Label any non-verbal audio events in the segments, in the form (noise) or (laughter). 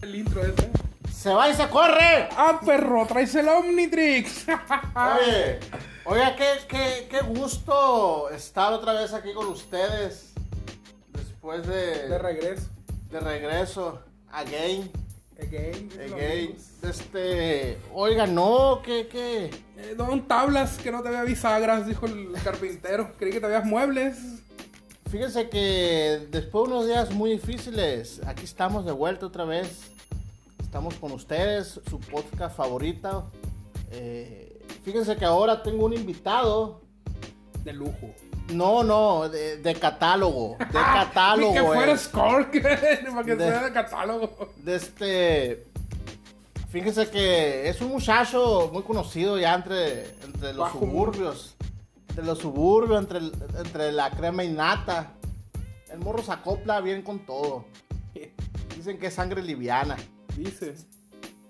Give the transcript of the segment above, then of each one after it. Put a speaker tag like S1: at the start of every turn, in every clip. S1: filtro ese.
S2: ¡Se va y se corre!
S1: este. ¡Ah, perro! ¡Traes el Omnitrix!
S2: Oye, oiga, qué, qué, qué gusto estar otra vez aquí con ustedes. Después
S1: (laughs)
S2: de,
S1: De regreso.
S2: de regreso. Again.
S1: Again. es lo
S2: Again.
S1: mismo.
S2: Este. Oiga, no, que, que.
S1: Eh, don Tablas, que no te había bisagras, dijo el carpintero. Creí que te habías muebles.
S2: Fíjense que después de unos días muy difíciles, aquí estamos de vuelta otra vez. Estamos con ustedes, su podcast favorita. Eh, fíjense que ahora tengo un invitado.
S1: De lujo.
S2: No, no, de, de catálogo. De catálogo.
S1: Ni que fuera
S2: eh.
S1: Skork, (laughs) para que
S2: De-
S1: sea de catálogo. (laughs)
S2: De este. Fíjense que es un muchacho muy conocido ya entre, entre los
S1: Bajo.
S2: suburbios. Entre los suburbios, entre, el- entre la crema innata. El morro se acopla bien con todo. Dicen que es sangre liviana.
S1: Dice.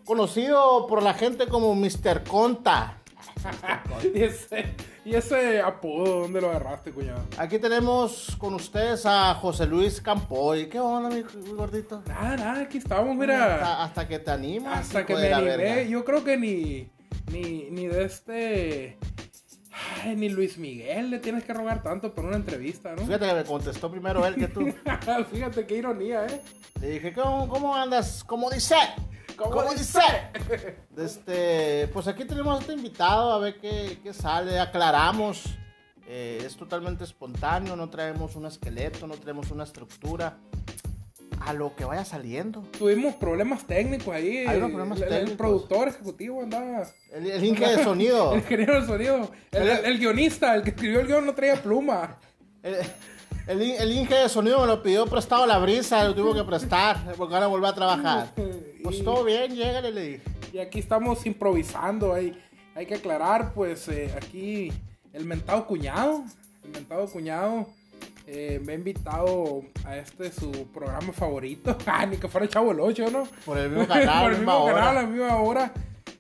S2: Conocido por la gente como Mr. Conta.
S1: (laughs) ¿Y ese, y ese apodo, ¿dónde lo agarraste, cuñado?
S2: Aquí tenemos con ustedes a José Luis Campoy. ¿Qué onda, mi mi gordito?
S1: Nada, nada, aquí estamos,
S2: Hasta,
S1: mira.
S2: hasta que te animas.
S1: Hasta
S2: Ah, hijo
S1: que
S2: de
S1: me
S2: la verga.
S1: animé. Yo creo que ni, ni, ni de este... Ay, ni Luis Miguel le tienes que rogar tanto por una entrevista, ¿no?
S2: Fíjate que me contestó primero él que tú.
S1: (laughs) Fíjate qué ironía, ¿eh?
S2: Le dije, ¿cómo, cómo andas? ¿Cómo dice?
S1: ¿Cómo
S2: dice? Este, pues aquí tenemos a este invitado a ver qué, qué sale. Aclaramos. eh, es totalmente espontáneo, no traemos un esqueleto, no traemos una estructura. A lo que vaya saliendo.
S1: Tuvimos problemas técnicos ahí.
S2: Hay unos problemas
S1: El- el,
S2: técnicos. Oh.
S1: productor ejecutivo andaba.
S2: El, el Inge de sonido.
S1: El (laughs) ingeniero del sonido. El, el- el guionista, el que escribió el guión no traía pluma.
S2: El, el, in- el Inge de sonido me lo pidió prestado a la brisa, lo tuvo que prestar, porque ahora volver a trabajar. Pues todo bien, llégale, le dije.
S1: Y aquí estamos improvisando. Hay, hay que aclarar, pues, eh, aquí el mentado cuñado. El mentado cuñado eh, me ha invitado a este su programa favorito. (laughs) Ah, ni que fuera Chavo el 8, ¿no?
S2: Por el mismo
S1: (laughs)
S2: canal,
S1: Por el
S2: misma
S1: mismo
S2: hora.
S1: canal, a la misma hora.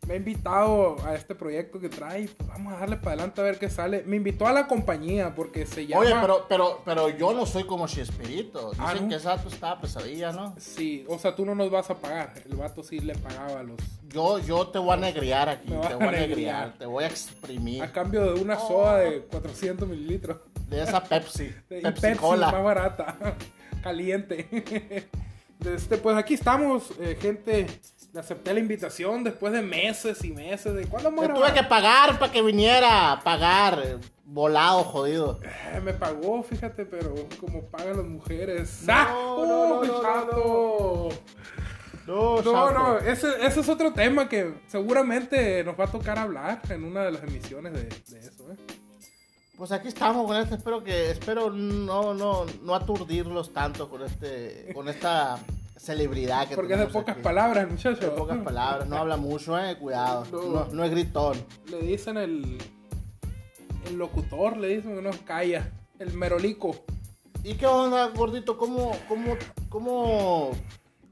S1: Me ha invitado a este proyecto que trae. Pues vamos a darle para adelante a ver qué sale. Me invitó a la compañía porque se llama.
S2: Oye, pero, pero, pero yo no soy como Chespirito. Dicen
S1: Ah, ¿no?
S2: que esa vato estaba pesadilla, ¿no?
S1: Sí, o sea, tú no nos vas a pagar. El vato sí le pagaba a los.
S2: Yo, yo te voy a negriar aquí,
S1: Me vas
S2: te voy
S1: a
S2: a
S1: negriar.
S2: negriar, te voy a exprimir
S1: A cambio de una
S2: Oh.
S1: soda de 400 mililitros.
S2: de esa
S1: (laughs)
S2: Pepsi,
S1: Y
S2: Pepsi,
S1: Pepsi, más
S2: Cola.
S1: barata, (laughs) caliente. (laughs) De Este, pues aquí estamos, eh, gente. Le acepté la invitación después de meses y meses. ¿De cuándo vamos a
S2: Te tuve
S1: grabar?
S2: que pagar para que viniera, pagar, eh, volado, jodido.
S1: Eh, me pagó, fíjate, pero como pagan las mujeres.
S2: No,
S1: ¡Ah!
S2: no,
S1: ¡Uy,
S2: no, no,
S1: chato!
S2: No,
S1: No, no, ese, ese es otro tema que seguramente nos va a tocar hablar en una de las emisiones de, de eso, ¿eh?
S2: Pues aquí estamos con este, espero que, espero no, no, no aturdirlos tanto con este, con esta celebridad que
S1: Porque es de
S2: tenemos
S1: pocas
S2: aquí.
S1: palabras, el muchacho.
S2: De pocas
S1: (laughs)
S2: palabras, no habla mucho, eh, cuidado,
S1: No.
S2: no, no es gritón.
S1: Le dicen el, el locutor, le dicen que no calla. El merolico.
S2: ¿Y qué onda, gordito? ¿Cómo, cómo, cómo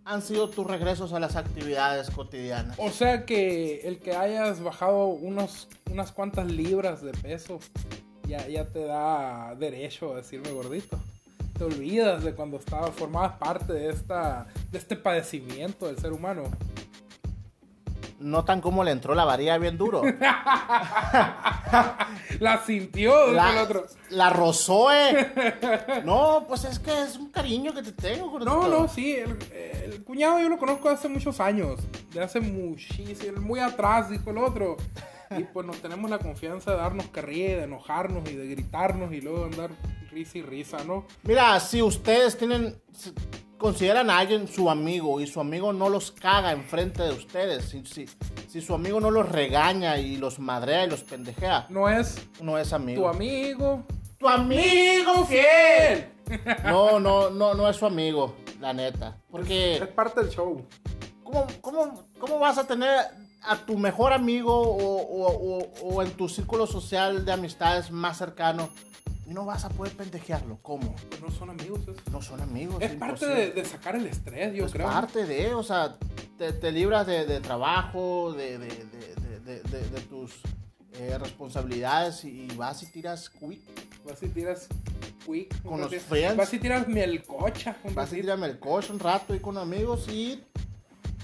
S2: han sido tus regresos a las actividades cotidianas?
S1: O sea que el que hayas bajado unos, unas cuantas libras de peso ya, ya te da derecho a decirme gordito. Te olvidas de cuando estaba, formabas parte de, esta, de este padecimiento del ser humano.
S2: Notan cómo le entró la varilla
S1: (laughs)
S2: bien duro.
S1: La sintió, dijo el
S2: La,
S1: otro.
S2: la
S1: (laughs)
S2: rozó, eh. No, pues es que es un cariño que te tengo, gordito.
S1: No, no, sí, el, el cuñado yo lo conozco hace muchos años, de hace muchísimo, muy atrás, dijo el otro.
S2: (laughs)
S1: Y pues nos tenemos la confianza de darnos carrilla, de enojarnos y de gritarnos y luego andar risa y risa, ¿no?
S2: Mira, si ustedes tienen, si consideran a alguien su amigo y su amigo no los caga enfrente de ustedes, si, si, si su amigo no los regaña y los madrea y los pendejea,
S1: No es
S2: no es amigo.
S1: tu amigo.
S2: Tu amigo fiel. No, no, no, no es su amigo, la neta.
S1: Es
S2: Porque,
S1: parte del show.
S2: ¿cómo, cómo, cómo vas a tener a tu mejor amigo o, o- o- o en tu círculo social de amistades más cercano? No vas a poder pendejearlo. ¿Cómo?
S1: Pues no son amigos, es,
S2: No son amigos.
S1: es parte
S2: Pues imposible.
S1: de, de sacar el estrés, yo
S2: Es
S1: creo.
S2: parte de, o sea, te, te libras de, de trabajo, de, de- de- de- de- de- de tus eh, responsabilidades y, y vas y tiras quick.
S1: Vas y tiras quick. un
S2: Con los
S1: ratito.
S2: friends.
S1: Vas y tiras mielcocha. un
S2: Vas y
S1: ratito.
S2: tirarme el coche un rato y con amigos y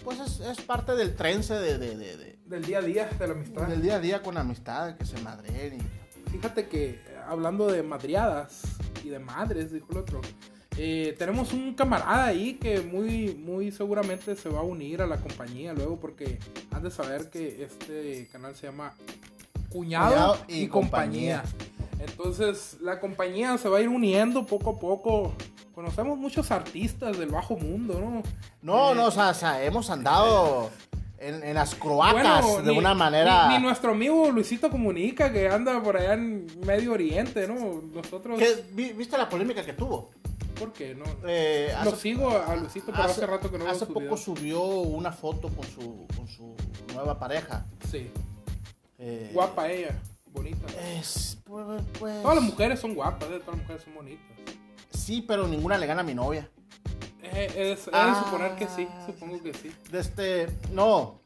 S2: pues es, es parte del trense de, de- de- de-
S1: Del día a día, de la amistad.
S2: del día a día con amistad, que se madreen y...
S1: Fíjate que eh, hablando de madriadas y de madres, dijo el otro. eh, tenemos un camarada ahí que muy, muy seguramente se va a unir a la compañía luego porque has de saber que este canal se llama Cuñado,
S2: Cuñado
S1: y,
S2: y
S1: compañía. Entonces la compañía se va a ir uniendo poco a poco. Conocemos muchos artistas del bajo mundo, ¿no?
S2: No,
S1: Eh,
S2: no, o sea, o sea, hemos andado en, en las croacas
S1: Bueno,
S2: de
S1: ni-
S2: una manera...
S1: Ni, ni nuestro amigo Luisito Comunica que anda por allá en Medio Oriente, ¿no? Nosotros.
S2: ¿Qué- vi- ¿Viste la polémica que tuvo?
S1: ¿Por qué no?
S2: Eh,
S1: Lo
S2: hace-
S1: sigo a Luisito, pero hace, rato que no
S2: hace
S1: veo su
S2: poco
S1: video.
S2: subió una foto con su, con su nueva pareja.
S1: Sí.
S2: Eh,
S1: Guapa ella, bonita.
S2: Es, pues, pues-
S1: Todas las mujeres son guapas, eh, todas las mujeres son bonitas.
S2: Sí, pero ninguna le gana a mi novia.
S1: Eh, es, he de
S2: Ah.
S1: suponer que sí, supongo que sí.
S2: De este, no.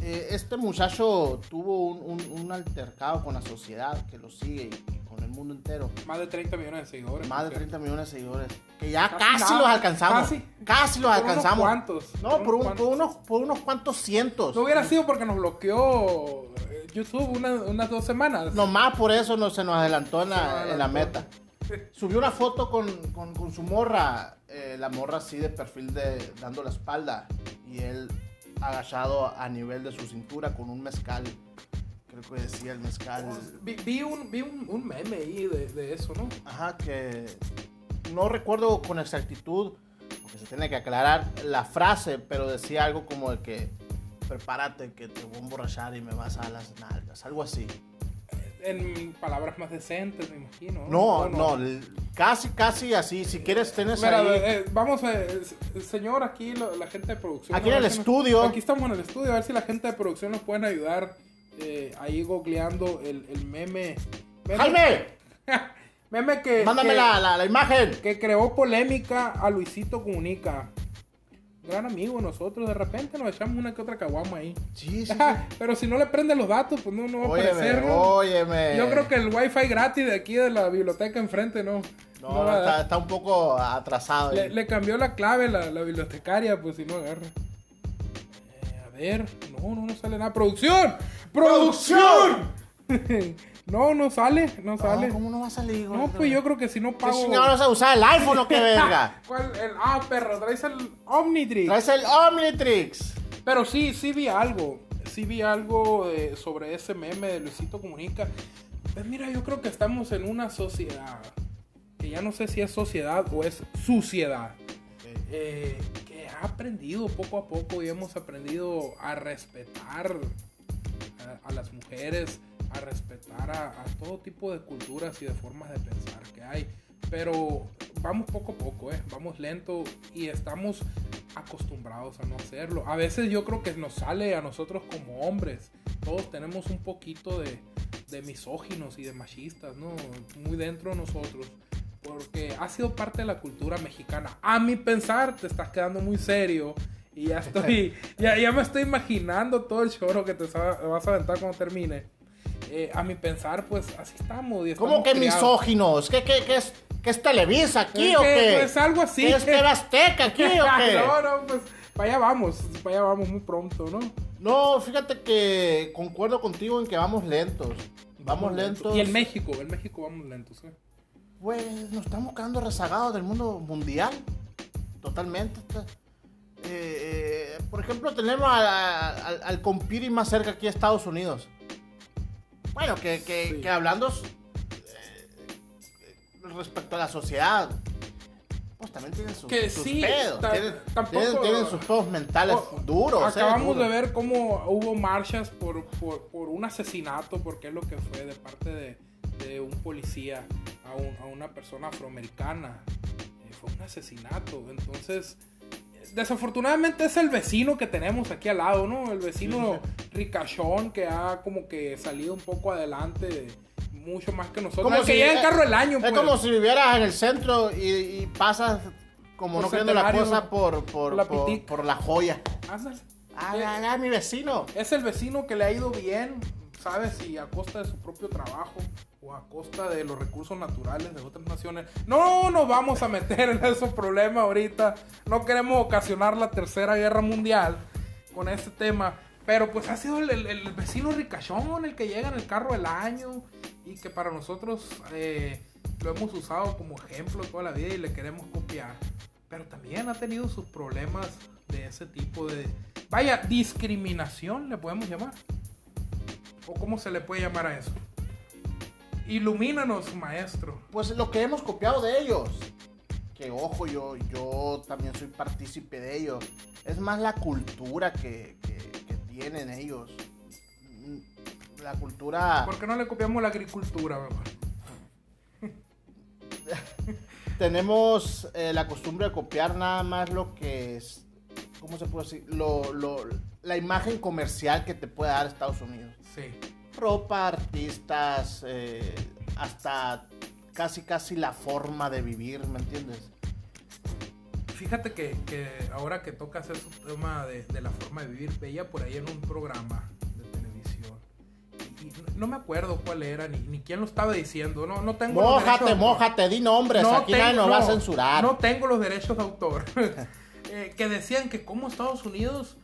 S2: Eh, este muchacho tuvo un, un- un altercado con la sociedad que lo sigue y con el mundo entero.
S1: Más de 30 millones de seguidores.
S2: Más de
S1: por cierto.
S2: 30 millones de seguidores. Que ya
S1: Casi
S2: casi,
S1: nada.
S2: los alcanzamos.
S1: Casi.
S2: Casi, los
S1: Por unos
S2: alcanzamos.
S1: cuantos,
S2: No, por, un-
S1: unos
S2: por unos, por unos cuantos cientos.
S1: No hubiera sido porque nos bloqueó eh, YouTube una- unas dos semanas.
S2: Nomás por eso no, se nos adelantó en
S1: Se nos
S2: la, en la
S1: adelantó.
S2: meta. Subió una foto con, con- con su morra, eh, la morra así de perfil de dando la espalda y él agachado a nivel de su cintura con un mezcal. Creo que decía el mezcal.
S1: Vi, vi un, vi un, un meme ahí de, de eso, ¿no?
S2: Ajá, que no recuerdo con exactitud, porque se tiene que aclarar la frase, pero decía algo como de que prepárate que te voy a emborrachar y me vas a las nalgas, algo así.
S1: En palabras más decentes, me imagino.
S2: No,
S1: ¿O
S2: no, l- casi, casi así. Si quieres, tienes
S1: Mira,
S2: ahí.
S1: eh, vamos, eh, s- señor, aquí lo- la gente de producción.
S2: Aquí
S1: a
S2: en
S1: ver
S2: el
S1: si nos-
S2: estudio.
S1: aquí estamos en el estudio, a ver si la gente de producción nos pueden ayudar eh, ahí googleando el, el meme. meme
S2: ¡Jaime!
S1: Meme que,
S2: ¡Mándame
S1: que,
S2: la, la- la imagen!
S1: que creó polémica a Luisito Comunica. Gran amigo de nosotros, de repente nos echamos una que otra caguama ahí. (laughs)
S2: (laughs) Sí, sí, sí.
S1: Pero si no le prenden los datos, pues no, no va a aparecer,
S2: Óyeme,
S1: ¿no?
S2: óyeme.
S1: Yo creo que el wifi gratis de aquí de la biblioteca enfrente, ¿no?
S2: No,
S1: no va a
S2: está,
S1: dar.
S2: está un poco atrasado.
S1: Le,
S2: eh.
S1: le cambió la clave la, la bibliotecaria, pues si no agarra. Eh, a ver, no, no, no sale nada. ¡Producción! ¡Producción! (laughs) no, no sale, no
S2: No,
S1: sale.
S2: ¿Cómo no va a salir,
S1: No, pues yo creo que si no
S2: ¿Qué
S1: pago.
S2: chingado vas a usar el
S1: (laughs)
S2: iPhone o qué verga?
S1: ¿Cuál? El, ah, perro, traes el Omnitrix.
S2: Traes el Omnitrix.
S1: Pero sí, sí vi algo. Sí vi algo de- sobre ese meme de Luisito Comunica. Pues mira, yo creo que estamos en una sociedad. Que ya no sé si es sociedad o es suciedad. eh, que ha aprendido poco a poco y hemos aprendido a respetar a, a las mujeres, a respetar a, a todo tipo de culturas y de formas de pensar que hay. Pero vamos poco a poco, eh, vamos lento y estamos acostumbrados a no hacerlo. A veces yo creo que nos sale a nosotros como hombres. Todos tenemos un poquito de, de misóginos y de machistas, ¿no? Muy dentro de nosotros. Porque ha sido parte de la cultura mexicana. A mi pensar, te estás quedando muy serio. Y ya
S2: (laughs)
S1: estoy, ya, ya me estoy imaginando todo el choro que te sa- vas a aventar cuando termine. Eh, a mi pensar, pues así estamos. y
S2: ¿Cómo
S1: estamos
S2: que
S1: criados.
S2: misóginos? ¿Qué, qué, qué es, qué es Televisa aquí
S1: Es
S2: o
S1: que,
S2: qué?
S1: pues, algo así.
S2: ¿Qué es TV Azteca
S1: (laughs)
S2: aquí o qué?
S1: no, no, pues para allá vamos, para allá vamos muy pronto, ¿no?
S2: No, fíjate que concuerdo contigo en que vamos lentos. Vamos lentos.
S1: Y en México, en México vamos lentos. ¿eh?
S2: Pues nos estamos quedando rezagados del mundo mundial. Totalmente. Está- eh, eh, por ejemplo, tenemos a- a- al, al compiri más cerca aquí a Estados Unidos. Bueno, que, que-
S1: Sí.
S2: que hablando eh, respecto a la sociedad, pues también tienen sus,
S1: Que
S2: sus
S1: sí,
S2: pedos.
S1: ta-
S2: tienen,
S1: tampoco-
S2: tienen- tienen sus pedos mentales
S1: Oh,
S2: duros. eh,
S1: Acabamos
S2: duros.
S1: de ver cómo hubo marchas por, por, por un asesinato, porque es lo que fue de parte de, de un policía a, un- a una persona afroamericana. Eh, fue un asesinato. Entonces, desafortunadamente es el vecino que tenemos aquí al lado, ¿no? El vecino ricachón que ha como que salido un poco adelante, mucho más que nosotros. Como que
S2: si-
S1: llega en
S2: eh,
S1: carro el año.
S2: Es
S1: pues.
S2: como si vivieras en el centro y, y pasas como
S1: Por
S2: no creyendo la
S1: Centenario,
S2: cosa por, por,
S1: la
S2: por-
S1: pitica.
S2: por la joya.
S1: Ándale.
S2: Ah,
S1: Eh,
S2: ah, ah, mi vecino.
S1: Es el vecino que le ha ido bien, ¿sabes? Y a costa de su propio trabajo o a costa de los recursos naturales de otras naciones. No nos vamos a meter en esos problemas ahorita. No queremos ocasionar la tercera guerra mundial con este tema. Pero pues ha sido el, el- el vecino ricachón el que llega en el carro del año y que para nosotros eh, lo hemos usado como ejemplo toda la vida y le queremos copiar. Pero también ha tenido sus problemas de ese tipo de... Vaya, discriminación le podemos llamar. ¿O cómo se le puede llamar a eso? Ilumínanos, maestro.
S2: Pues lo que hemos copiado de ellos. Que ojo, yo, yo también soy partícipe de ellos. Es más la cultura que, que- que tienen ellos. Mm, La cultura...
S1: ¿Por qué no le copiamos la agricultura, mejor?
S2: Tenemos eh, la costumbre de copiar nada más lo que es... ¿Cómo se puede decir? Lo- lo- la imagen comercial que te puede dar Estados Unidos.
S1: Sí.
S2: ropa, artistas, eh, hasta casi casi la forma de vivir, ¿me entiendes?
S1: Fíjate que, que ahora que tocas ese tema de, de la forma de vivir, veía por ahí en un programa de televisión. Y, y no me acuerdo cuál era ni, ni quién lo estaba diciendo. No, no tengo. los derechos
S2: Mójate,
S1: de autor.
S2: mójate, di nombres, aquí
S1: tengo-
S2: nadie nos va a
S1: no,
S2: censurar.
S1: No tengo los derechos de autor. (laughs) Eh, que decían que como Estados Unidos,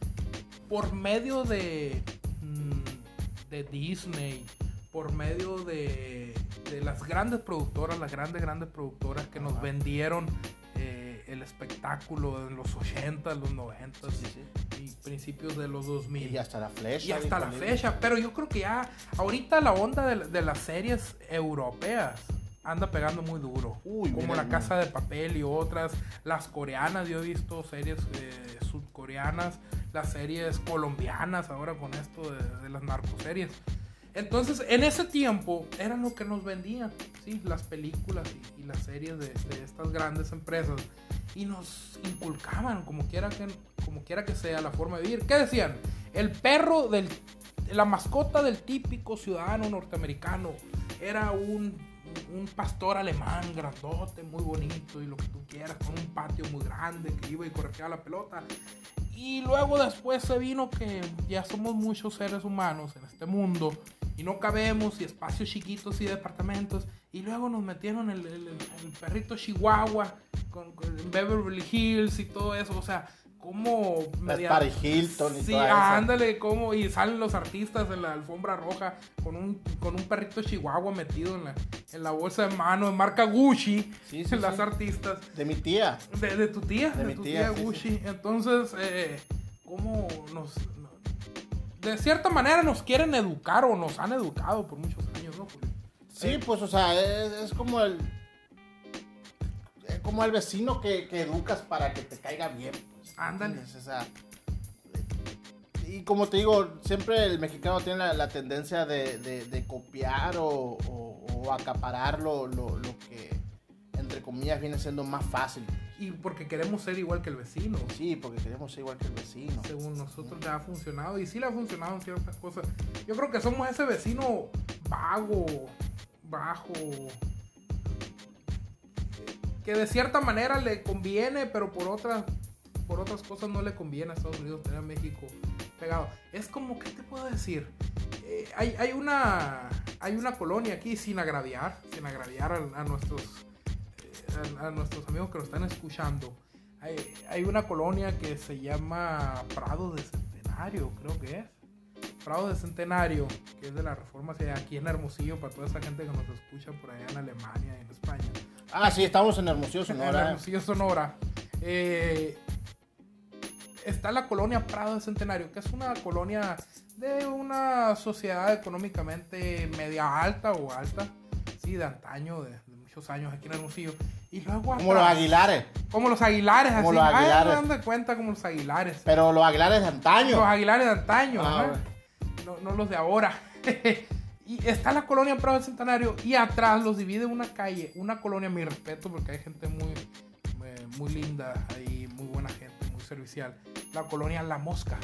S1: por medio de, mm, de Disney, por medio de, de las grandes productoras, las grandes, grandes productoras que nos
S2: Ajá.
S1: vendieron eh, el espectáculo en los 80, los 90
S2: Sí, sí.
S1: y principios de los 2000.
S2: Y hasta la flecha.
S1: Y hasta la
S2: disponible.
S1: fecha. Pero yo creo que ya, ahorita la onda de, de las series europeas anda pegando muy duro.
S2: Uy,
S1: Como
S2: mira,
S1: La
S2: mira.
S1: Casa de Papel y otras. Las coreanas, yo he visto series eh, sudcoreanas. Las series colombianas ahora con esto de, de las narcoseries. Entonces, en ese tiempo era lo que nos vendían, ¿sí? las películas y, y las series de, de estas grandes empresas. Y nos inculcaban, como quiera, que, como quiera que sea, la forma de vivir. ¿Qué decían? El perro del... La mascota del típico ciudadano norteamericano era un, un pastor alemán, grandote, muy bonito y lo que tú quieras, con un patio muy grande que iba y correteaba la pelota. Y luego después se vino que ya somos muchos seres humanos en este mundo y no cabemos y espacios chiquitos y departamentos. Y luego nos metieron el, el- el- el perrito chihuahua con, con Beverly Hills y todo eso. O sea, como...
S2: Las Paris Hilton y
S1: Sí,
S2: toda esa.
S1: ándale, como y salen los artistas en la alfombra roja con un, con un perrito chihuahua metido en la, en la bolsa de mano de marca Gucci,
S2: Sí, sí,
S1: las
S2: sí.
S1: artistas.
S2: De mi tía.
S1: De, de tu tía, de,
S2: De mi
S1: tu tía,
S2: tía, sí,
S1: Gucci. Entonces, eh, ¿cómo nos, no- De cierta manera nos quieren educar o nos han educado por muchos años, ¿no, Julio?
S2: Sí,
S1: Eh.
S2: pues, o sea, es, es como el. eh, Como el vecino que, que educas para que te caiga bien. pues,
S1: Ándale.
S2: ¿entiendes? O sea, eh, y como te digo, siempre el mexicano tiene la, la tendencia de, de- de copiar o, o- o acaparar lo, lo- lo que, entre comillas, viene siendo más fácil.
S1: Y porque queremos ser igual que el vecino.
S2: Sí, porque queremos ser igual que el vecino.
S1: Según nosotros ya ha funcionado y sí le ha funcionado en ciertas cosas. Yo creo que somos ese vecino vago, bajo, que de cierta manera le conviene, pero por otras, por otras cosas no le conviene a Estados Unidos tener a México pegado. Es como, ¿qué te puedo decir? Eh, hay, hay, una, hay una colonia aquí sin agraviar, sin agraviar a, a nuestros, eh, a- a nuestros amigos que nos están escuchando. Hay, hay una colonia que se llama Prado de Centenario, creo que es. Prado de Centenario, que es de la reforma hacia aquí en Hermosillo, para toda esa gente que nos escucha por allá en Alemania y en España.
S2: Ah, sí, estamos en
S1: (laughs)
S2: Hermosillo,
S1: En
S2: Sonora.
S1: Hermosillo, Sonora. Eh, está la colonia Prado de Centenario, que es una colonia de una sociedad económicamente media alta o alta, sí, de antaño, de, de muchos años aquí en Hermosillo. Y luego
S2: Como los
S1: atrás-
S2: Aguilares.
S1: como los Aguilares,
S2: Como
S1: así.
S2: los
S1: Ah,
S2: Aguilares.
S1: dan de cuenta como los Aguilares.
S2: Pero los Aguilares de antaño.
S1: Los Aguilares de antaño,
S2: Ah,
S1: ajá. no, no los de ahora. (laughs) y está la colonia Prado del Centenario y atrás los divide una calle, una colonia, mi respeto, porque hay gente muy, eh, muy linda ahí, muy buena gente, muy servicial. La colonia La Mosca,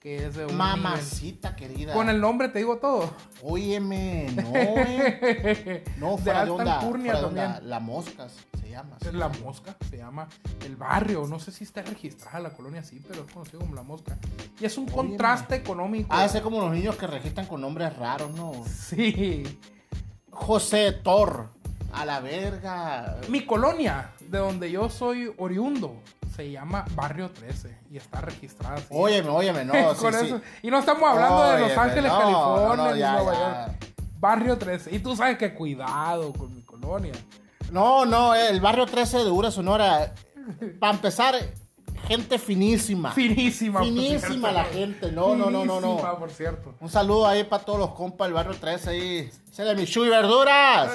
S1: que es de un nivel-
S2: Mamacita querida.
S1: Con el nombre te digo todo. (laughs)
S2: Óyeme, no, eh. No,
S1: De
S2: fuera de,
S1: alta
S2: onda.
S1: alcurnia
S2: fuera de onda.
S1: también.
S2: La Moscas se llama.
S1: Es La Mosca, se llama el barrio. No sé si está registrada la colonia así, pero es conocido como La Mosca. Y es un
S2: Óyeme.
S1: contraste económico.
S2: Ah, ese como los niños que registran con nombres raros, ¿no?
S1: Sí.
S2: José Thor. A la verga.
S1: Mi colonia, de donde yo soy oriundo, se llama Barrio 13 y está registrada. así. (laughs)
S2: Óyeme, óyeme, no. sí,
S1: Con
S2: sí.
S1: eso- Y no estamos hablando de Los
S2: Óyeme,
S1: Ángeles,
S2: no,
S1: California,
S2: no, no,
S1: ni
S2: ya,
S1: Nueva
S2: ya.
S1: York. Barrio 13. Y tú sabes que cuidado con mi colonia.
S2: No, no, el barrio 13 de Ura, Sonora. Para empezar, gente finísima.
S1: Finísima. por
S2: Ah, Finísima
S1: cierto.
S2: la gente, no, no, no, no, no.
S1: Finísima, por cierto.
S2: Un saludo ahí para todos los compas del barrio 13 ahí. Se le Michu
S1: (laughs)
S2: y verduras.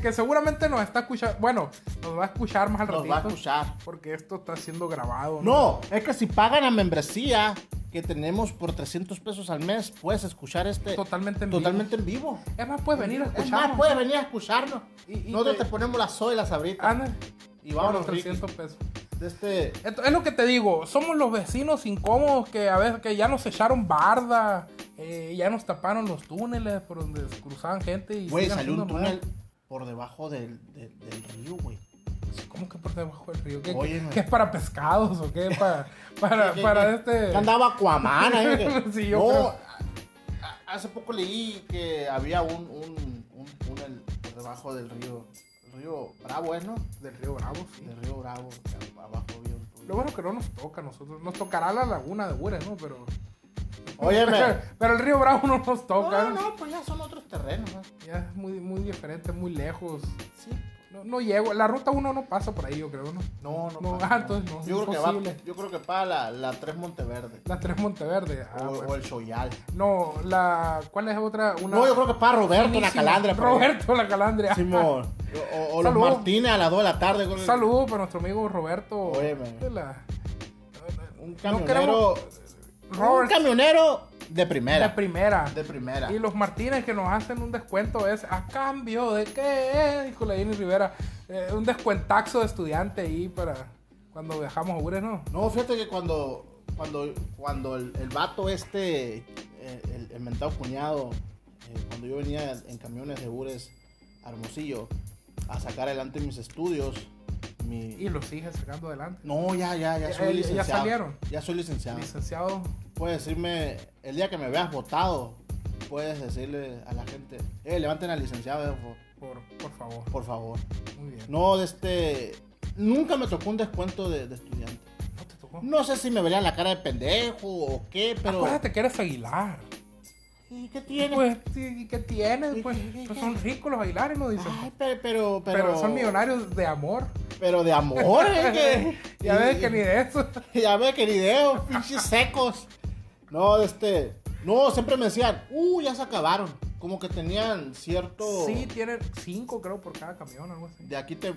S1: que seguramente nos está escuchando. Bueno, nos va a escuchar más al
S2: Nos
S1: ratito.
S2: va a escuchar.
S1: Porque esto está siendo grabado.
S2: No, es que si pagan la membresía que tenemos por 300 pesos al mes, puedes escuchar este
S1: Totalmente en vivo.
S2: totalmente en vivo.
S1: Es más, puedes venir a
S2: Es
S1: escucharnos.
S2: más, puedes venir a escucharnos.
S1: Y- y
S2: Nosotros
S1: te- Ah,
S2: te... ponemos las soy las abritas.
S1: Anda.
S2: y vámonos,
S1: Por
S2: Ricky.
S1: 300 pesos.
S2: De este...
S1: Esto es lo que te digo, somos los vecinos incómodos que a veces que ya nos echaron barda, eh, ya nos taparon los túneles por donde cruzaban gente y
S2: Güey,
S1: siguen
S2: salió un
S1: haciendo mal.
S2: túnel por debajo del, del- del río, güey.
S1: ¿Cómo que por debajo del río? ¿Qué, qué-
S2: Óyeme.
S1: qué es para pescados o
S2: (laughs)
S1: qué? Para, para,
S2: Que- que-
S1: para
S2: que-
S1: este...
S2: que andaba Aquaman ahí.
S1: (laughs)
S2: que-
S1: Sí, yo
S2: no,
S1: creo.
S2: a- hace poco leí que había un, un, un túnel por debajo del río. El río Bravo, ¿eh, no?
S1: Del río Bravo, sí.
S2: Del río Bravo, que abajo había un túnel.
S1: Lo bueno que no nos toca a nosotros, nos tocará la laguna de Ure, ¿no? Pero...
S2: Óyeme.
S1: (laughs) Pero el río Bravo no nos toca.
S2: No, no, pues ya son otros terrenos, ¿no?
S1: Ya es muy, muy diferente, muy lejos.
S2: Sí.
S1: No, no llego, la ruta 1 no pasa por ahí, yo creo, ¿no?
S2: No, no.
S1: No,
S2: pasa,
S1: ah, entonces no, es
S2: Yo creo, que va,
S1: imposible.
S2: yo creo que para la, la 3 Monteverde.
S1: La 3 Monteverde.
S2: o,
S1: Ah, bueno.
S2: o el Soyal.
S1: No, la. ¿Cuál es otra? Una...
S2: No, yo creo que para Roberto, la pues.
S1: Finísima.
S2: calandra. por ahí.
S1: Roberto la Calandria.
S2: Simón. O, o- o los
S1: Saludos.
S2: Martínez a las 2 de la tarde.
S1: Un
S2: Con
S1: saludo para nuestro amigo Roberto.
S2: Óyeme.
S1: De la-
S2: Un
S1: No
S2: camionero.
S1: queremos- Robert
S2: Un camionero de
S1: de
S2: primera.
S1: primera.
S2: De primera.
S1: Y los Martínez que nos hacen un descuento es a cambio de qué, dijo Leini Rivera. Eh, un descuentaxo de estudiante ahí para cuando viajamos a Ures, ¿no?
S2: No, fíjate que cuando, cuando, cuando el, el vato este, eh, el, el mentado cuñado, eh, cuando yo venía en camiones de Ures a Hermosillo a sacar adelante mis estudios, mi...
S1: Y los sigue sacando adelante.
S2: No, ya, ya, ya
S1: Ya-
S2: soy
S1: ya- ya
S2: licenciado.
S1: salieron.
S2: Ya soy licenciado.
S1: Licenciado.
S2: Puedes decirme, el día que me veas votado, puedes decirle a la gente, eh, levanten al licenciado, eh, por-
S1: Por, por favor.
S2: por favor.
S1: Muy bien.
S2: No, de este. Nunca me tocó un descuento de, de estudiante.
S1: no te tocó.
S2: No sé si me verían la cara de pendejo o qué, pero.
S1: Acuérdate que eres Aguilar.
S2: ¿Y qué tiene?
S1: Pues, sí, ¿y ¿qué tienes?
S2: ¿Y
S1: Pues,
S2: qué- qué-
S1: pues
S2: qué?
S1: son ricos los Aguilares, nos dicen.
S2: Ay, pero, pero,
S1: pero... son millonarios de amor.
S2: Pero de amor, ¿eh?
S1: (laughs)
S2: que-
S1: ya ves
S2: y-
S1: que ni de eso.
S2: Ya ves que ni dejo, pinches secos. No, de este. No, siempre me decían, uh, ya se acabaron. Como que tenían cierto.
S1: Sí, tienen cinco, creo, por cada camión, algo así.
S2: De aquí te.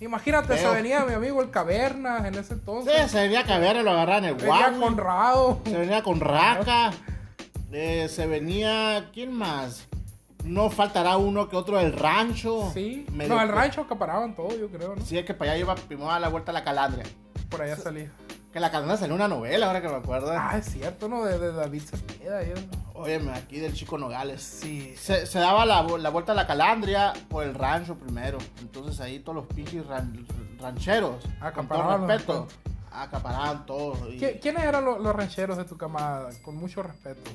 S1: Imagínate, se
S2: Veo.
S1: venía mi amigo el Cavernas en ese
S2: Sí,
S1: entonces.
S2: se venía Cabrera, lo agarraban el
S1: venía
S2: guau.
S1: Conrado.
S2: Se venía con Raca. eh, se venía. ¿Quién más? No faltará uno que otro del rancho.
S1: Sí.
S2: Medio
S1: No, el
S2: que-
S1: rancho acaparaban todo, yo creo, ¿no?
S2: Sí, es que para allá iba primero a la vuelta a la calandria.
S1: Por allá salía.
S2: Que la calandria salió una novela, ahora que me acuerdo.
S1: Ah, es cierto, ¿no? De, de David Cepeda. y eso.
S2: Óyeme, aquí del Chico Nogales.
S1: Sí.
S2: Se, se daba la, vu- la vuelta a la calandria por el rancho primero. Entonces ahí todos los pinches ran- rancheros. Con todo
S1: Acaparaban los
S2: respeto. Acaparaban todos. y-
S1: ¿Qui- ¿Quiénes eran lo- los, rancheros de tu camada? Con mucho respeto.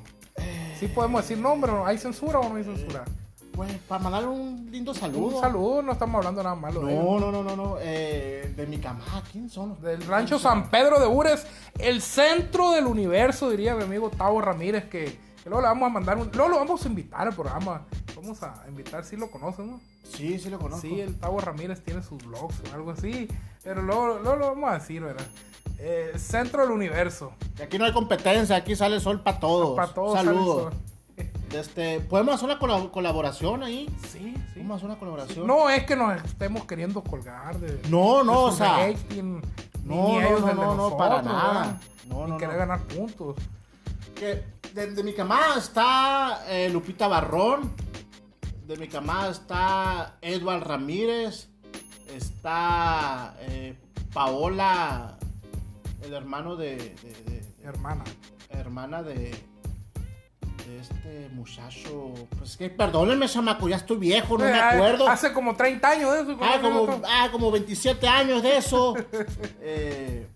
S1: Sí
S2: Eh.
S1: podemos decir nombre, ¿no? ¿hay censura o no hay censura?
S2: Pues para mandarle un lindo saludo.
S1: Un saludo, no estamos hablando nada malo. de ellos.
S2: No, no, no, no, no. eh, de mi camada, ¿quién son? los-
S1: Del rancho San Pedro de Ures, el centro del universo, diría mi amigo Tavo Ramírez, que, que luego le vamos a mandar un... Luego lo vamos a invitar al programa. Vamos a invitar, si lo conocen, ¿no?
S2: Sí, sí lo conozco.
S1: Sí, el Tavo Ramírez tiene sus blogs o algo así, pero luego, luego lo vamos a decir, ¿verdad? Eh, centro del universo.
S2: Y Aquí no hay competencia, aquí sale el sol para todos.
S1: Para todos.
S2: Saludos.
S1: ¿sabes?
S2: Este, ¿Podemos hacer una colab- colaboración ahí?
S1: Sí, sí.
S2: ¿Podemos hacer una colaboración?
S1: No es que nos estemos queriendo colgar de.
S2: no, no,
S1: de
S2: o
S1: su
S2: sea.
S1: rating, ni, ni
S2: no, no,
S1: ellos
S2: no,
S1: del de
S2: no, no, para
S1: nosotros,
S2: nada.
S1: ¿verdad?
S2: No,
S1: ni
S2: no,
S1: querer
S2: no.
S1: ganar puntos.
S2: Que de, de mi camada está eh, Lupita Barrón. De mi camada está Edward Ramírez. Está eh, Paola, el hermano de. de- de- de-
S1: Hermana.
S2: hermana de. de este muchacho. Pues que perdónenme, chamaco, ya estoy viejo, no me
S1: Eh, ah,
S2: acuerdo.
S1: Hace como 30 años de eso.
S2: Ah, como,
S1: ¿cómo?
S2: ah, como 27 años de eso. (laughs) Eh,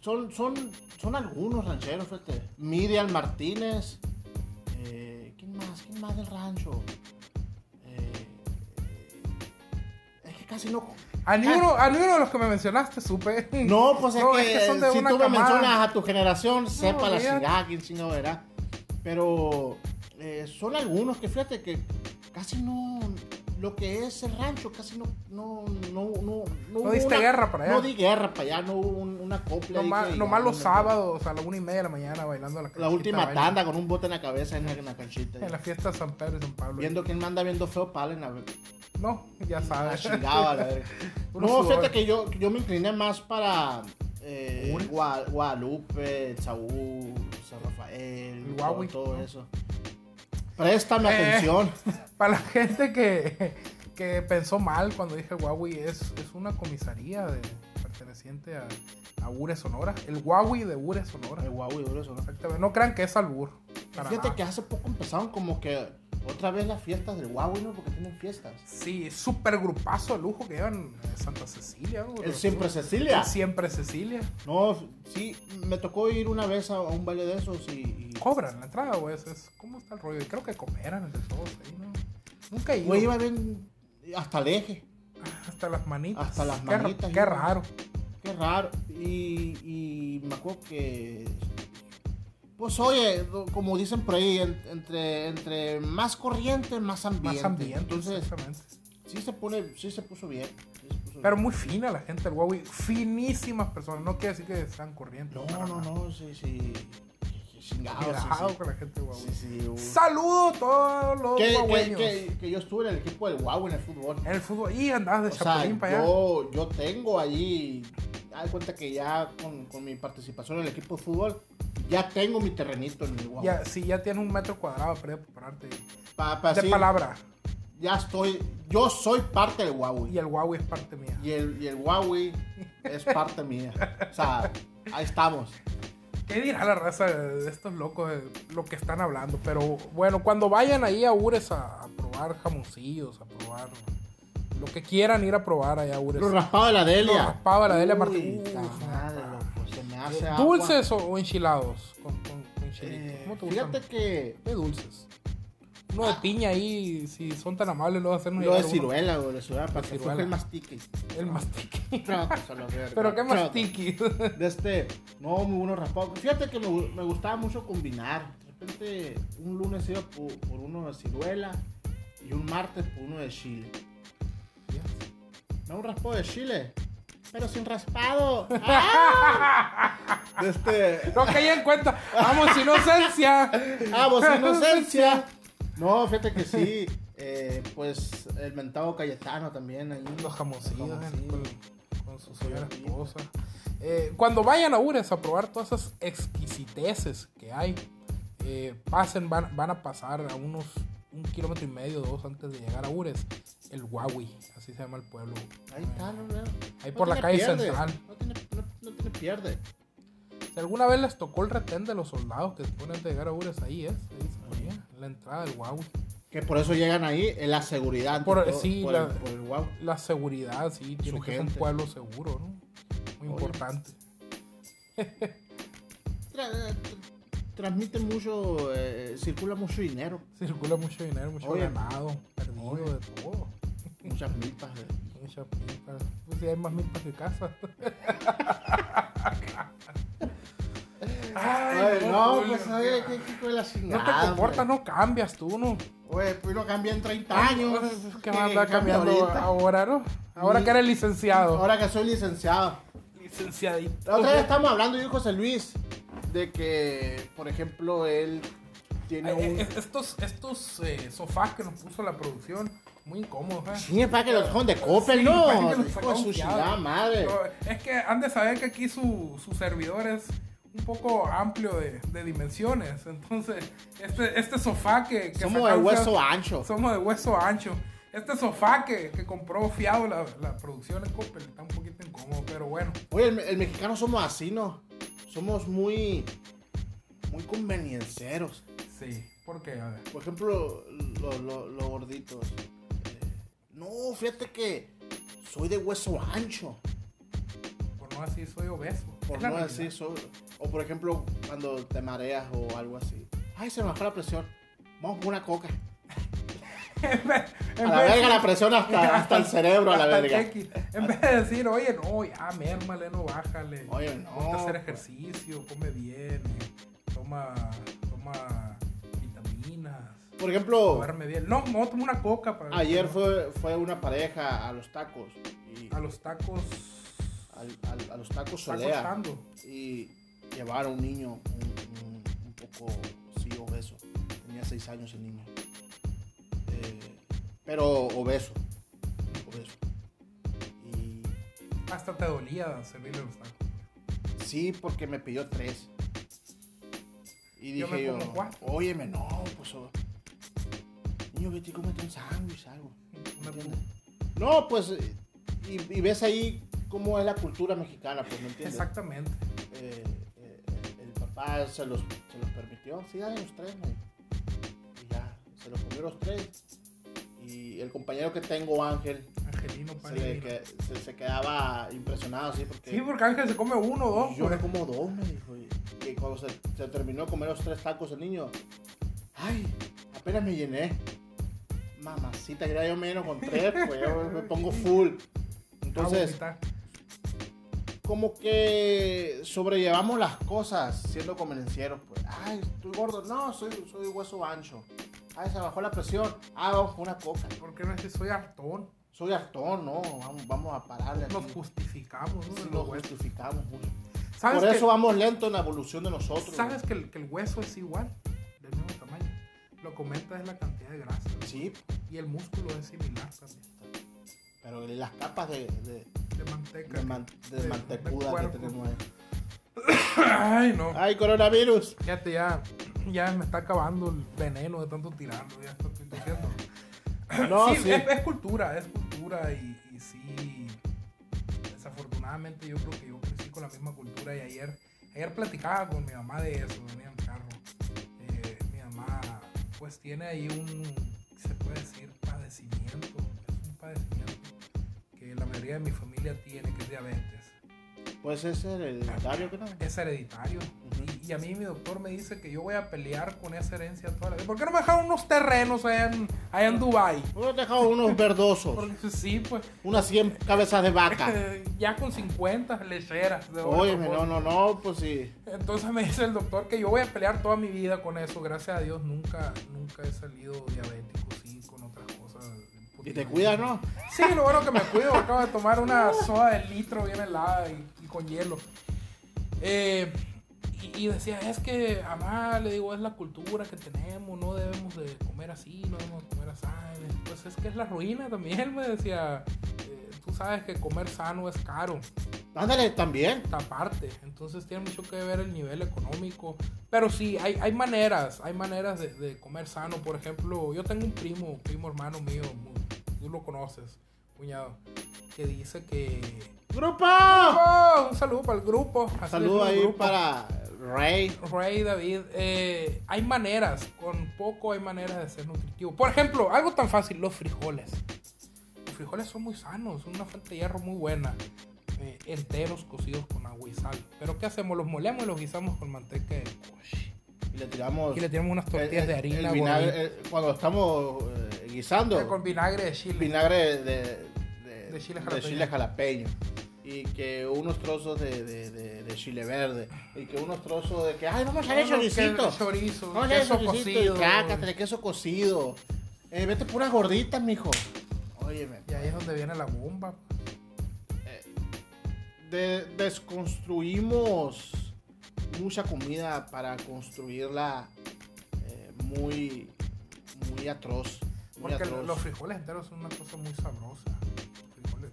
S2: son, son, son algunos rancheros, fíjate. Miriam Martínez. Eh, ¿Quién más? ¿Quién más del rancho? Eh, casi no.
S1: A ninguno, a ninguno de los que me mencionaste supe.
S2: ah,
S1: (laughs)
S2: No, pues es,
S1: No,
S2: que,
S1: es que son de
S2: si
S1: una
S2: tú me
S1: camada.
S2: mencionas a tu generación, sepa la
S1: olvídate.
S2: ciudad, quién chingado verá. Pero eh, son algunos que fíjate que casi no. Lo que es el rancho, casi no. No, no, no, hubo
S1: diste guerra para allá.
S2: No di guerra para allá, no hubo un- una copla. ahí
S1: Nomás,
S2: que
S1: nomás los
S2: digamos, ¿no?
S1: sábados a la una y media de la mañana bailando la
S2: La
S1: canchita,
S2: última
S1: baila.
S2: tanda con un bote en la cabeza en la, en la canchita.
S1: En la fiesta de San Pedro y San Pablo.
S2: Viendo quién manda viendo feo pala en la
S1: No, ya
S2: Ah,
S1: sabes.
S2: chingado, a la verga.
S1: (laughs) Puro
S2: No,
S1: sudor.
S2: fíjate que yo, yo me incliné más para eh,
S1: ¿Honduras?
S2: Gua- Guadalupe, Chaú, San Rafael,
S1: El
S2: todo-
S1: Huawei,
S2: todo
S1: ¿no?
S2: eso. Préstame
S1: Eh. (laughs)
S2: atención.
S1: Para la gente que, (laughs) que pensó mal cuando dije Huawei, es, es una comisaría de- perteneciente a, a Ure Sonora. El Huawei de Ure Sonora.
S2: El Huawei, duro eso, ¿no?
S1: Exactamente. No crean que es albur. para
S2: Eh. Fíjate
S1: nada.
S2: que hace poco empezaron como que otra vez las fiestas del Huawei, ¿no? Porque tienen fiestas.
S1: Sí, súper grupazo de lujo que llevan eh, Santa Cecilia. ¿no?
S2: El siempre Cecilia.
S1: El siempre Cecilia.
S2: No, sí, me tocó ir una vez a, a un baile de esos y. y-
S1: ¿Cobran la entrada o es, es- ¿Cómo está el rollo? Creo que cooperan entre todos ahí, ¿no? Nunca he ido.
S2: Güey, iba bien hasta el eje.
S1: Hasta las manitas.
S2: Hasta las
S1: Qué ra-
S2: manitas,
S1: Qué,
S2: yo-
S1: raro.
S2: Qué raro. Y, y me acuerdo que. Pues oye, como dicen por ahí, en- entre, entre más corriente, más ambiente.
S1: Más ambiente.
S2: Entonces,
S1: exactamente.
S2: sí se pone, sí se puso bien. sí se puso
S1: Pero
S2: bien.
S1: muy fina la gente del Huawei. Finísimas personas. No quiere decir que sean corrientes.
S2: No,
S1: para
S2: no,
S1: nada.
S2: no, sí, sí. Chingado,
S1: Cuidado
S2: sí,
S1: con la gente del Huawei.
S2: sí. Sí, sí, uh.
S1: Saludo a todos los
S2: Que- que,
S1: huahueños.
S2: que- que yo estuve en el equipo del Guau en el fútbol.
S1: En el fútbol. Y andabas de
S2: O sea,
S1: chapulín para allá.
S2: yo, yo tengo allí, haz de cuenta que ya con, con mi participación en el equipo de fútbol, ya tengo mi terrenito en el Guau.
S1: Ya, sí, ya tienes un metro cuadrado para ir a prepararte.
S2: Pa- pa-
S1: de
S2: sí,
S1: palabra.
S2: ya estoy, yo soy parte del
S1: Y
S2: Huawei.
S1: el Huawei es parte mía.
S2: Y el, y el Huawei es parte mía. O sea, ahí estamos.
S1: ¿Qué dirá la raza de estos locos de lo que están hablando? Pero bueno, cuando vayan ahí a Ures a, a probar jamoncillos, a probar lo que quieran ir a probar allá a Ures.
S2: Lo raspado de la Delia.
S1: Lo raspado de la Delia
S2: Uy,
S1: Martín.
S2: ta
S1: Uf,
S2: madre,
S1: no,
S2: loco, se me hace
S1: Eh,
S2: agua.
S1: ¿Dulces o, o enchilados? Con, con, con chilito.
S2: Eh,
S1: ¿Cómo te gustan?
S2: fíjate Ah. que
S1: De dulces. Uno de piña ahí, si son tan amables, luego hacernos
S2: lo de
S1: llegar uno.
S2: ciruela, güey, de ciruela, para que
S1: ciruela.
S2: fuje el mastique.
S1: El
S2: (laughs)
S1: mastiqui.
S2: Trocos a la verga,
S1: Pero qué
S2: trocos.
S1: mastiqui.
S2: (laughs) De este, no, muy bueno raspado. Fíjate que me, gu- me gustaba mucho combinar. De repente, un lunes iba por, por uno de ciruela y un martes por uno de chile. No un raspado de chile, pero sin
S1: (laughs)
S2: raspado. ¡Ah! De este.
S1: No caí en cuenta. Vamos, inocencia.
S2: ¡Ah, vos inocencia! No, fíjate que sí. eh, pues el mentado Cayetano también ahí.
S1: Los jamoncillos
S2: Los
S1: eh,
S2: jamoncillos.
S1: con, con su
S2: Los
S1: señora
S2: jamoncillos.
S1: esposa. Eh, cuando vayan a Ures a probar todas esas exquisiteces que hay, eh, pasen, van, van a pasar a unos un kilómetro y medio, dos antes de llegar a Ures, el Huawei, así se llama el pueblo.
S2: Ahí está, no, no.
S1: Ahí
S2: No
S1: por la
S2: tiene
S1: calle
S2: pierde,
S1: central.
S2: No tiene, no, no tiene pierde.
S1: Si alguna vez les tocó el retén de los soldados que se ponen antes de llegar a Ures, ahí es, ahí se ponía, en la entrada del Huawei.
S2: Que por eso llegan ahí, en la seguridad. ante
S1: Por-
S2: todo,
S1: sí,
S2: por,
S1: la-
S2: el, por el guau.
S1: La seguridad, sí, tiene
S2: Su
S1: que ser un
S2: gente.
S1: pueblo seguro, ¿no? Muy
S2: Oye.
S1: importante.
S2: Tra- tra- transmite mucho, eh, circula mucho dinero,
S1: Circula mucho dinero, mucho
S2: Oye.
S1: ganado, perdido,
S2: Oye.
S1: de todo.
S2: muchas milpas. eh.
S1: Mucha pipa. Pues sí, hay más milpas que casas.
S2: (laughs)
S1: Ay,
S2: Ay, no,
S1: Julio,
S2: pues oye,
S1: qué-
S2: qué chico de la
S1: No
S2: chingada. pues.
S1: te comportas,
S2: güey.
S1: no cambias tú, ¿no? Pues,
S2: Oye, pues uno cambia en
S1: Ah,
S2: 30 años.
S1: ¿Qué vas a andar
S2: Cambia
S1: cambiando
S2: ahorita.
S1: ahora, no? Ahora
S2: Sí.
S1: que eres licenciado.
S2: Ahora que soy licenciado. La
S1: Licenciadito.
S2: otra vez estábamos hablando, yo y José Luis, de que, por ejemplo, él tiene
S1: Eh,
S2: un.
S1: eh, Estos, estos eh, sofás que nos puso la producción, muy incómodos, ¿eh?
S2: Sí, para que los dejaron de copel,
S1: Sí,
S2: ¿no?
S1: parece que los
S2: Hijo de
S1: sacaron
S2: su
S1: fiado.
S2: chingada madre.
S1: Pero es que han de saber que aquí su, su servidor es un poco amplio de, de dimensiones. Entonces, este, este sofá que, que
S2: Somos de
S1: sacaron
S2: hueso
S1: fiado-
S2: ancho.
S1: Somos de hueso ancho. Este sofá que, que compró fiado la, la producción en Coppel está un poquito incómodo, pero bueno.
S2: Oye, el, el mexicano somos así, ¿no? Somos muy. Muy conveniencieros.
S1: Sí, porque a ver,
S2: Por ejemplo, los gorditos. Eh, no, fíjate que soy de hueso ancho.
S1: por no así soy obeso.
S2: Por
S1: Es la
S2: no
S1: realidad.
S2: decir soy. O por ejemplo, cuando te mareas o algo así. Ay, se me bajó la presión. Vamos por una coca. A la verga la presión
S1: (laughs)
S2: hasta, hasta el cerebro, a la
S1: Hasta el
S2: verga.
S1: tequi. En vez de decir, oye, no, ya, mérmale, no bájale.
S2: Oye, no,
S1: Ponte a hacer
S2: pues.
S1: ejercicio, come bien, eh, toma, toma vitaminas,
S2: Por ejemplo,
S1: duerme bien. No, no, toma una coca. Para
S2: ayer fue, fue una pareja a los tacos. Y
S1: A los tacos...
S2: al- al- a los tacos
S1: tacos
S2: solea.
S1: chando.
S2: y llevar a un niño un, un- un poco sí obeso. Tenía seis años el niño. Eh, pero obeso. Obeso. Y
S1: Hasta te dolía servirle los tacos.
S2: sí, porque me pidió tres. Y
S1: Yo
S2: dije
S1: me
S2: yo,
S1: como cuatro.
S2: óyeme, no, pues o- niño, vete y cómete un sándwich, algo.
S1: Una
S2: ¿entiendes? No, pues, eh, y, y ves ahí cómo es la cultura mexicana, pues, ¿me entiendes?
S1: Exactamente.
S2: eh, eh, el papá se los, se los permitió, sí, dale los tres, me dijo. Y ya, se los comió los tres. Y el compañero que tengo, Ángel,
S1: Angelino,
S2: se, le
S1: Panini.
S2: que- se, se quedaba impresionado así porque...
S1: Sí, porque Ángel se come uno o dos.
S2: Yo me
S1: güey.
S2: como dos, me dijo. Y, y cuando se, se terminó de comer los tres tacos el niño, ay, apenas me llené. Mamacita, que era yo menos con tres, pues yo me pongo full.
S1: Ah,
S2: Entonces,
S1: vomitar.
S2: como que sobrellevamos las cosas siendo convenencieros, pues. Ay, estoy gordo. No, soy, soy hueso ancho. Ay, se bajó la presión. Ah, vamos por una coca.
S1: ¿Por qué no es que soy hartón?
S2: Soy hartón, no. Vamos, vamos a pararle. aquí.
S1: Nos justificamos, ¿no?
S2: Sí,
S1: Los
S2: nos
S1: huesos.
S2: justificamos. güey.
S1: ¿Sabes
S2: Por
S1: que-
S2: eso vamos lento en la evolución de nosotros.
S1: Sabes que el, que el hueso es igual, del mismo tamaño. Lo comenta es la cantidad de grasa.
S2: güey. pues. Sí,
S1: Y el músculo es similar también.
S2: pero las capas de, de,
S1: De manteca.
S2: de man- de
S1: De- de
S2: mantecuda que
S1: cuerpo.
S2: tenemos ahí.
S1: Ay, no.
S2: Ay, coronavirus.
S1: Fíjate, ya, ya me está acabando el veneno de tanto tirarlo. Ya esto estoy diciendo.
S2: No,
S1: sí, ¿eh?
S2: sí.
S1: Es, es cultura, es cultura. Y, y sí, desafortunadamente yo creo que yo crecí con la misma cultura. Y ayer, ayer platicaba con mi mamá de eso, venía en carro. Eh, mi mamá, pues tiene ahí un, se puede decir, padecimiento. Es un padecimiento que la mayoría de mi familia tiene, que es diabetes.
S2: Pues ese era el Dario, creo.
S1: Es hereditario.
S2: Ujú.
S1: Y, y a mí mi doctor me dice que yo voy a pelear con esa herencia toda la vida. ¿Por qué no me dejaron unos terrenos allá en, allá en Dubái?
S2: Hemos dejado unos verdosos,
S1: Porque sí, pues
S2: unas 100 cabezas de vaca.
S1: Eh, ya con 50 lecheras. de oro,
S2: Óyeme,
S1: por
S2: no,
S1: favor.
S2: no, no, pues sí.
S1: Entonces me dice el doctor que yo voy a pelear toda mi vida con eso. Gracias a Dios nunca, nunca he salido diabético, sí, con otras cosas.
S2: Y te cuidas, ¿no?
S1: Sí, lo bueno que me cuido. Acabo de tomar una soda de litro bien helada y, y con hielo. Eh, y, y decía, es que, mamá, le digo, es la cultura que tenemos, no debemos de comer así, no debemos de comer así. Pues es que es la ruina también, (laughs) me decía. Eh, tú sabes que comer sano es caro
S2: Ándale, también.
S1: esta parte. Entonces tiene mucho que ver el nivel económico. Pero sí, hay, hay maneras, hay maneras de, de comer sano. Por ejemplo, yo tengo un primo, primo hermano mío, mu- tú lo conoces, cuñado, que dice que...
S2: ¡Grupo!
S1: ¡Oh! Un saludo para el grupo. Así
S2: Saludo
S1: decimos,
S2: ahí
S1: grupo.
S2: para Rey.
S1: Ray David, eh, hay maneras, con poco hay maneras de ser nutritivo. Por ejemplo, algo tan fácil, los frijoles. Los frijoles son muy sanos, son una fuente de hierro muy buena. eh, enteros cocidos con agua y sal. Pero ¿qué hacemos? Los molemos y los guisamos con manteca de coche.
S2: Y le tiramos.
S1: Aquí le tenemos unas tortillas
S2: el-
S1: de
S2: el-
S1: harina
S2: eh, el vinagre, eh, cuando estamos eh,
S1: gordita,
S2: guisando,
S1: con vinagre de
S2: el
S1: chile.
S2: vinagre de, de,
S1: De chile jalapeño.
S2: chile jalapeño. Y que unos trozos de, de- de- de chile verde. Y que unos trozos de que, ay, vamos a
S1: No, no,
S2: hacer
S1: que el
S2: choricito.
S1: Chorizo,
S2: Vamos a hacer
S1: queso
S2: choricito y
S1: cocido.
S2: trácatele, queso cocido. Eh, vete puras gorditas, mijo. Óyeme.
S1: Y ahí es donde viene la bomba.
S2: de- desconstruimos mucha comida para construirla eh, muy, muy atroz. muy
S1: Porque
S2: atroz.
S1: los frijoles enteros son una cosa muy sabrosa. Frijoles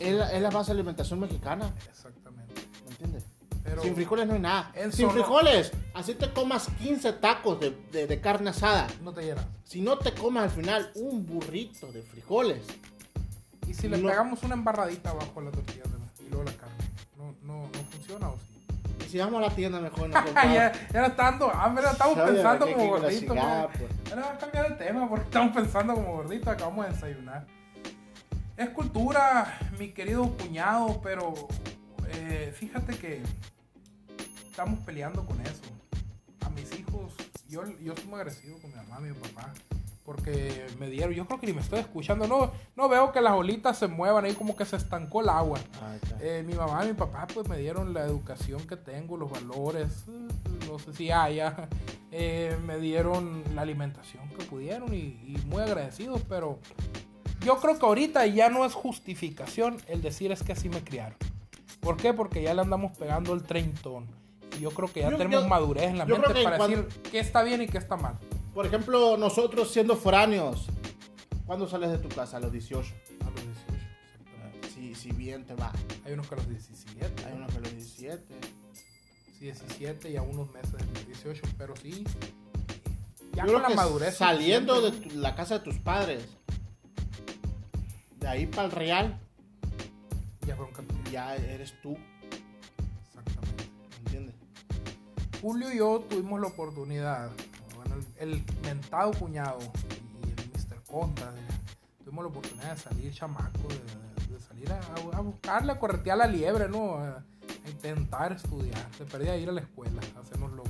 S2: Es la,
S1: cocidos.
S2: es la base de alimentación mexicana,
S1: Exactamente.
S2: ¿me entiendes?
S1: Pero
S2: Sin frijoles no hay nada.
S1: en
S2: Sin
S1: solo-
S2: frijoles, así te comas 15 tacos de, de- de carne asada.
S1: no te llena.
S2: Si no te comas al final un burrito de frijoles,
S1: Y si le
S2: No.
S1: pegamos una embarradita abajo a la tortilla ¿verdad? y luego la carne. No, no, no funciona o sí.
S2: y si vamos a la tienda
S1: (laughs)
S2: mejor, nos
S1: Ah,
S2: compramos-
S1: ya, ya no está dando hambre, ya estamos
S2: Oye,
S1: pensando
S2: ¿qué
S1: como
S2: quiere la
S1: gorditos. ¿no?
S2: chingada, pues?
S1: Ya no va a cambiar de tema porque estamos pensando como gorditos, acabamos de desayunar. Es cultura, mi querido cuñado, pero eh, fíjate que estamos peleando con eso. A mis hijos, yo, yo estoy muy agresivo con mi mamá, mi papá. Porque me dieron, yo creo que ni me estoy escuchando. No, no veo que las olitas se muevan ahí como que se estancó el agua.
S2: Ah, ahí está.
S1: Eh, mi mamá y mi papá pues me dieron la educación que tengo, los valores, eh, no sé si haya. (laughs) Eh, me dieron la alimentación que pudieron y, y muy agradecidos, pero yo creo que ahorita ya no es justificación el decir es que así me criaron. ¿Por qué? Porque ya le andamos pegando el treintón. Y yo creo que ya
S2: Yo-
S1: tenemos
S2: yo-
S1: madurez en la
S2: yo creo
S1: mente
S2: que
S1: para
S2: cuando-
S1: decir qué está bien y qué está mal.
S2: Por ejemplo, nosotros siendo foráneos, ¿cuándo sales de tu casa? A los 18.
S1: A los 18, exactamente.
S2: Si, si bien te va.
S1: Hay unos que a los 17.
S2: Hay unos a los 17.
S1: 17 y a unos meses de los 18, pero sí. Ya
S2: Yo
S1: con
S2: creo
S1: la
S2: que
S1: madurez.
S2: Saliendo de
S1: suficiente,
S2: tu- la casa de tus padres, de ahí para el real,
S1: Ya fueron campeones,
S2: ya eres tú,
S1: exactamente.
S2: ¿entiendes?
S1: Julio y yo tuvimos la oportunidad, bueno, el, el mentado cuñado y el Mr. Conta, eh, tuvimos la oportunidad de salir chamaco, de, de- de salir a, a buscarle, a corretear la liebre, ¿no? A, a intentar estudiar. Se perdía ir a la escuela, a hacernos locos.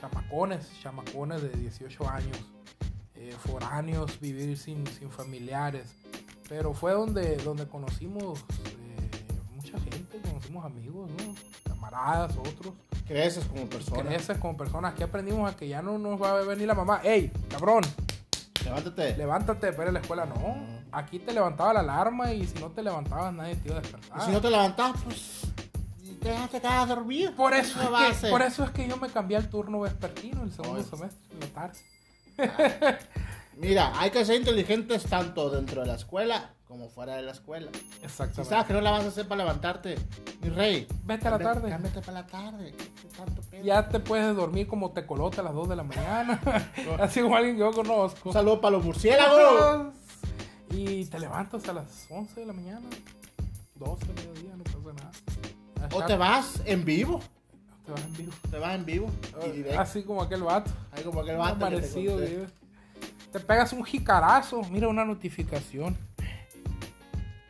S1: Chamacones, chamacones de 18 años, eh, foráneos, vivir sin, sin familiares. Pero fue donde, donde conocimos eh, mucha gente, conocimos amigos, ¿no? Camaradas, otros
S2: Creces como persona.
S1: creces como personas. que aprendimos a que ya no nos va a venir la mamá. ¡Ey, cabrón!
S2: Levántate.
S1: Levántate, pero en la escuela no.
S2: Mm.
S1: Aquí te levantaba la alarma y si no te levantabas nadie te iba a despertar.
S2: Y si no te levantas, pues te, te quedas dormido.
S1: por, eso
S2: No
S1: es
S2: base.
S1: que, por eso es que yo me cambié al turno vespertino el segundo
S2: Ay.
S1: semestre, en la tarde.
S2: Mira, hay que ser inteligentes tanto dentro de la escuela como fuera de la escuela. Si
S1: Exactamente.
S2: sabes que no la vas a hacer para levantarte, mi rey.
S1: Vete a la
S2: cámbi-
S1: tarde.
S2: Cámbiate para la tarde. ¿Qué tanto pedo?
S1: Ya te puedes dormir como te colote a las 2 de la
S2: (laughs)
S1: mañana. Así como alguien que yo conozco.
S2: Un saludo para los murciélagos.
S1: Y te levantas a las 11 de la mañana. 12 de mediodía, no pasa nada. A
S2: O
S1: echar-
S2: te vas en vivo.
S1: te vas en vivo.
S2: Te vas en vivo. Y directo.
S1: Así como aquel vato.
S2: Ahí como aquel vato. que te
S1: Ah, Amanecido,
S2: conté.
S1: vive. te pegas un jicarazo. Mira una notificación.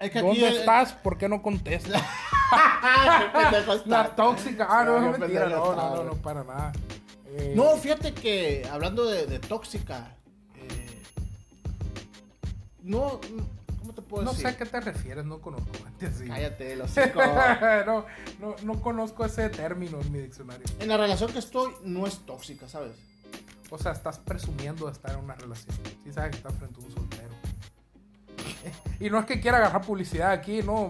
S2: Es que aquí
S1: ¿Dónde
S2: el-
S1: estás? ¿Por qué no contestas?
S2: (laughs) Ah, qué pendejo está.
S1: La tóxica. Ah, no,
S2: No,
S1: es
S2: qué
S1: mentira.
S2: pendejo
S1: No,
S2: está,
S1: no, no,
S2: güey.
S1: no, para nada. Eh,
S2: No, fíjate que hablando de, de tóxica. eh, no. ¿Cómo te puedo
S1: no
S2: decir?
S1: sé a qué te refieres, no conozco (laughs) gente así.
S2: Cállate,
S1: (laughs)
S2: los cinco.
S1: no, no, no conozco ese término en mi diccionario.
S2: En la relación que estoy, no es tóxica, ¿sabes?
S1: O sea, estás presumiendo de estar en una relación. Sí sabes que estás frente a un soltero. (laughs) y no es que quiera agarrar publicidad aquí, ¿no?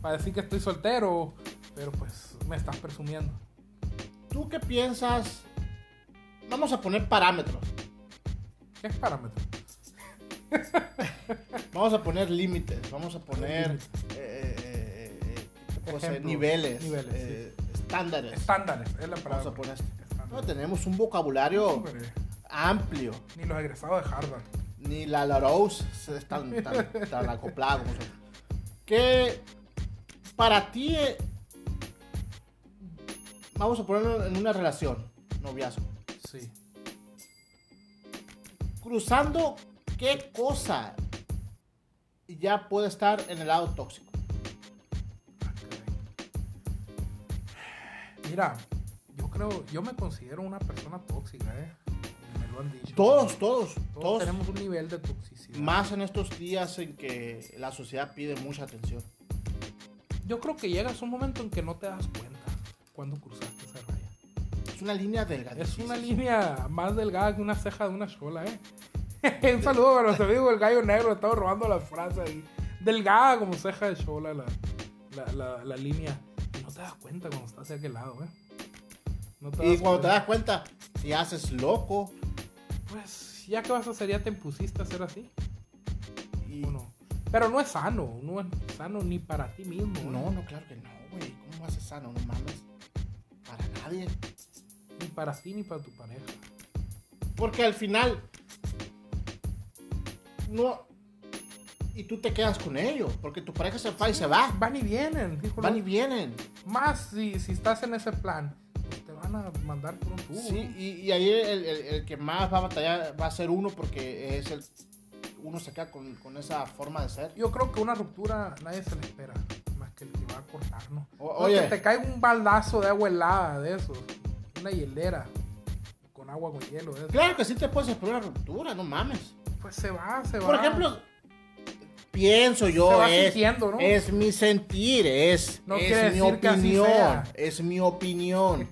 S1: Para decir que estoy soltero. Pero pues me estás presumiendo.
S2: ¿Tú qué piensas? Vamos a poner parámetros.
S1: ¿Qué es parámetro?
S2: Vamos a poner límites. Vamos a poner. eh, eh, eh, eh, ¿qué te puedo decir?
S1: Ejemplos,
S2: niveles.
S1: niveles,
S2: eh, Estándares.
S1: Estándares, es la palabra.
S2: Vamos a poner esto. No
S1: Estándares.
S2: tenemos un vocabulario
S1: Hombre,
S2: amplio.
S1: Ni los egresados de Harvard.
S2: Ni la Larose se es tan, tan, tan acoplada como nosotros. Que para ti, eh, vamos a ponerlo en una relación, noviazgo.
S1: Sí.
S2: Cruzando, ¿qué cosa ya puede estar en el lado tóxico?
S1: Ah, caray. Mira, yo creo, yo me considero una persona tóxica, ¿eh? Me lo han dicho.
S2: Todos, todos,
S1: Todos
S2: todos.
S1: tenemos un nivel de toxicidad.
S2: Más en estos días en que la sociedad pide mucha atención.
S1: Yo creo que llegas a un momento en que no te das cuenta cuando cruzaste esa raya.
S2: Es una línea delgada.
S1: Es una línea más delgada que una ceja de una chola,
S2: (laughs)
S1: ¿eh? un saludo para nuestro amigo el gallo negro, estaba robando la frase ahí. Delgada como ceja de chola la, la, la- la línea. Y no te das cuenta cuando estás de aquel lado, ¿eh? No te
S2: Y
S1: das
S2: cuando te
S1: cuenta.
S2: das cuenta, te haces loco.
S1: Pues ya que vas a hacer, ya te impusiste a ser así.
S2: Y...
S1: ¿o no? Pero no es sano, no es sano ni para ti mismo. ¿eh?
S2: Pues No, no, claro que no, güey. ¿Cómo vas a ser sano? No mames. Para nadie.
S1: Ni para ti ni para tu pareja.
S2: Porque al final. No. Y tú te quedas con ellos. Porque tu pareja se va y se va.
S1: Van y vienen, dijo
S2: Van
S1: el
S2: y vienen.
S1: Más si, si estás en ese plan, pues te van a mandar por un tubo.
S2: Sí, y, y ahí el, el- el que más va a batallar va a ser uno. Porque es el. Uno se queda con, con esa forma de ser.
S1: Yo creo que una ruptura nadie se la espera, más que el que va a cortarnos.
S2: O-
S1: No,
S2: oye.
S1: Que te caiga un baldazo de agua helada de eso, una hielera con agua, con hielo. eso.
S2: Claro que sí te puedes esperar una ruptura, no mames.
S1: Pues se va, se va.
S2: Por ejemplo, pienso
S1: Se
S2: yo,
S1: va
S2: es,
S1: sintiendo, ¿no?
S2: es mi sentir, es,
S1: No
S2: es
S1: quiere
S2: mi
S1: decir que así
S2: opinión,
S1: sea.
S2: es
S1: (laughs)
S2: mi opinión.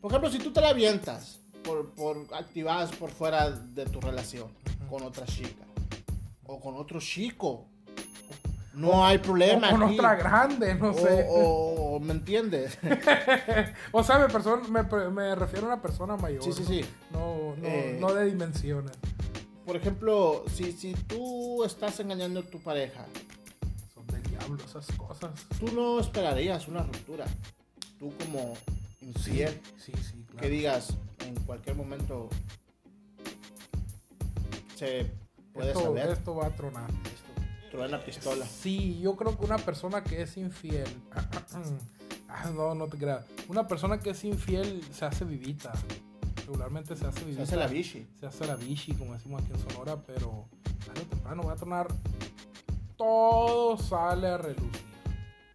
S2: Por ejemplo, si tú te la avientas por, por activadas por fuera de tu relación con otra chica o con otro chico, no hay problema.
S1: o con
S2: aquí.
S1: otra grande, no
S2: O-
S1: sé.
S2: o- o- ¿me
S1: (laughs)
S2: entiendes?
S1: O sea, me, perso- me, pre- me refiero a una persona mayor.
S2: Sí, sí,
S1: ¿no?
S2: sí.
S1: No, no,
S2: Eh.
S1: no de dimensiones.
S2: Por ejemplo, si, si tú estás engañando a tu pareja,
S1: Son del diablo esas cosas.
S2: tú no esperarías una ruptura. Tú como infiel,
S1: Sí, sí, claro.
S2: que digas, en cualquier momento se puede
S1: esto,
S2: saber.
S1: esto va a tronar.
S2: Trae la pistola.
S1: Sí, yo creo que una persona que es infiel. (clears throat) ah, no, no te creas. Una persona que es infiel se hace vivita. Regularmente se hace vivita.
S2: Se hace la bichi.
S1: se hace la bichi, como decimos aquí en Sonora, pero tarde o temprano va a tronar. Todo sale a relucir,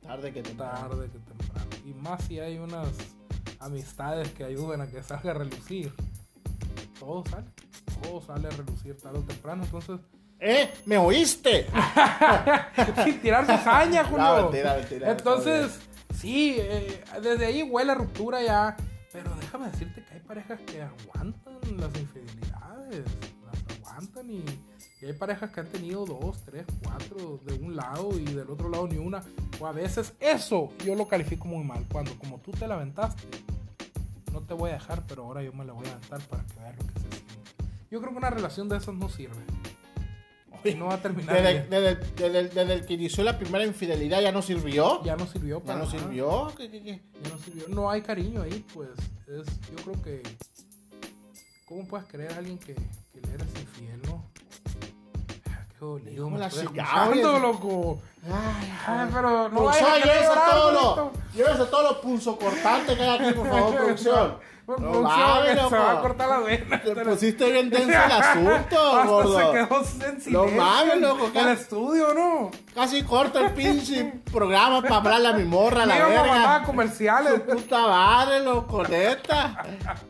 S2: Tarde que temprano.
S1: tarde que temprano. Y más si hay unas amistades que ayuden a que salga a relucir. Todo sale, todo sale a relucir tarde o temprano. Entonces, (laughs)
S2: ¡Eh! ¡Me oíste!
S1: sin tirar cizaña, Ah, Julio.
S2: (laughs) No, mentira, mentira,
S1: Entonces, sí, eh, desde ahí huele a ruptura ya. Pero déjame decirte que hay parejas que aguantan las infidelidades. Las aguantan y, y hay parejas que han tenido dos, tres, cuatro de un lado y del otro lado ni una. O a veces eso yo lo califico muy mal. Cuando como tú te la aventaste, no te voy a dejar, pero ahora yo me la voy a aventar para que veas lo que se siente. Yo creo que una relación de esas no sirve. Y no va a terminar.
S2: Desde,
S1: bien.
S2: desde- desde- desde el que inició la primera infidelidad ya no sirvió.
S1: ya
S2: Ya,
S1: no sirvió para
S2: no
S1: nada.
S2: sirvió. ¿Qué, qué, qué?
S1: Ya no sirvió. No hay cariño ahí, pues. Es, yo creo que. ¿Cómo puedes creer a alguien que, que le eres infiel, no? Ah, Qué dolido,
S2: Hijo,
S1: me
S2: la
S1: estoy
S2: chingada,
S1: escuchando,
S2: oye.
S1: loco.
S2: Ay,
S1: Ay, Ah, pero no vayas
S2: producción,
S1: a querer
S2: llévese
S1: llorar,
S2: todo
S1: bonito.
S2: lo, llévese todo lo punzocortante que hay aquí, por
S1: (laughs)
S2: favor, producción.
S1: Bueno,
S2: No
S1: producción,
S2: mames,
S1: que
S2: loco.
S1: se va a cortar la vena.
S2: Te pusiste bien denso el asunto,
S1: (laughs) Hasta se
S2: gordo.
S1: quedó en silencio.
S2: mames,
S1: en-
S2: loco,
S1: En
S2: ¿qué?
S1: el estudio, ¿no?
S2: Casi corto el pinche programa para hablarle a mi morra, la
S1: Mira, mamá,
S2: verga.
S1: comerciales.
S2: Puta madre, loco, neta.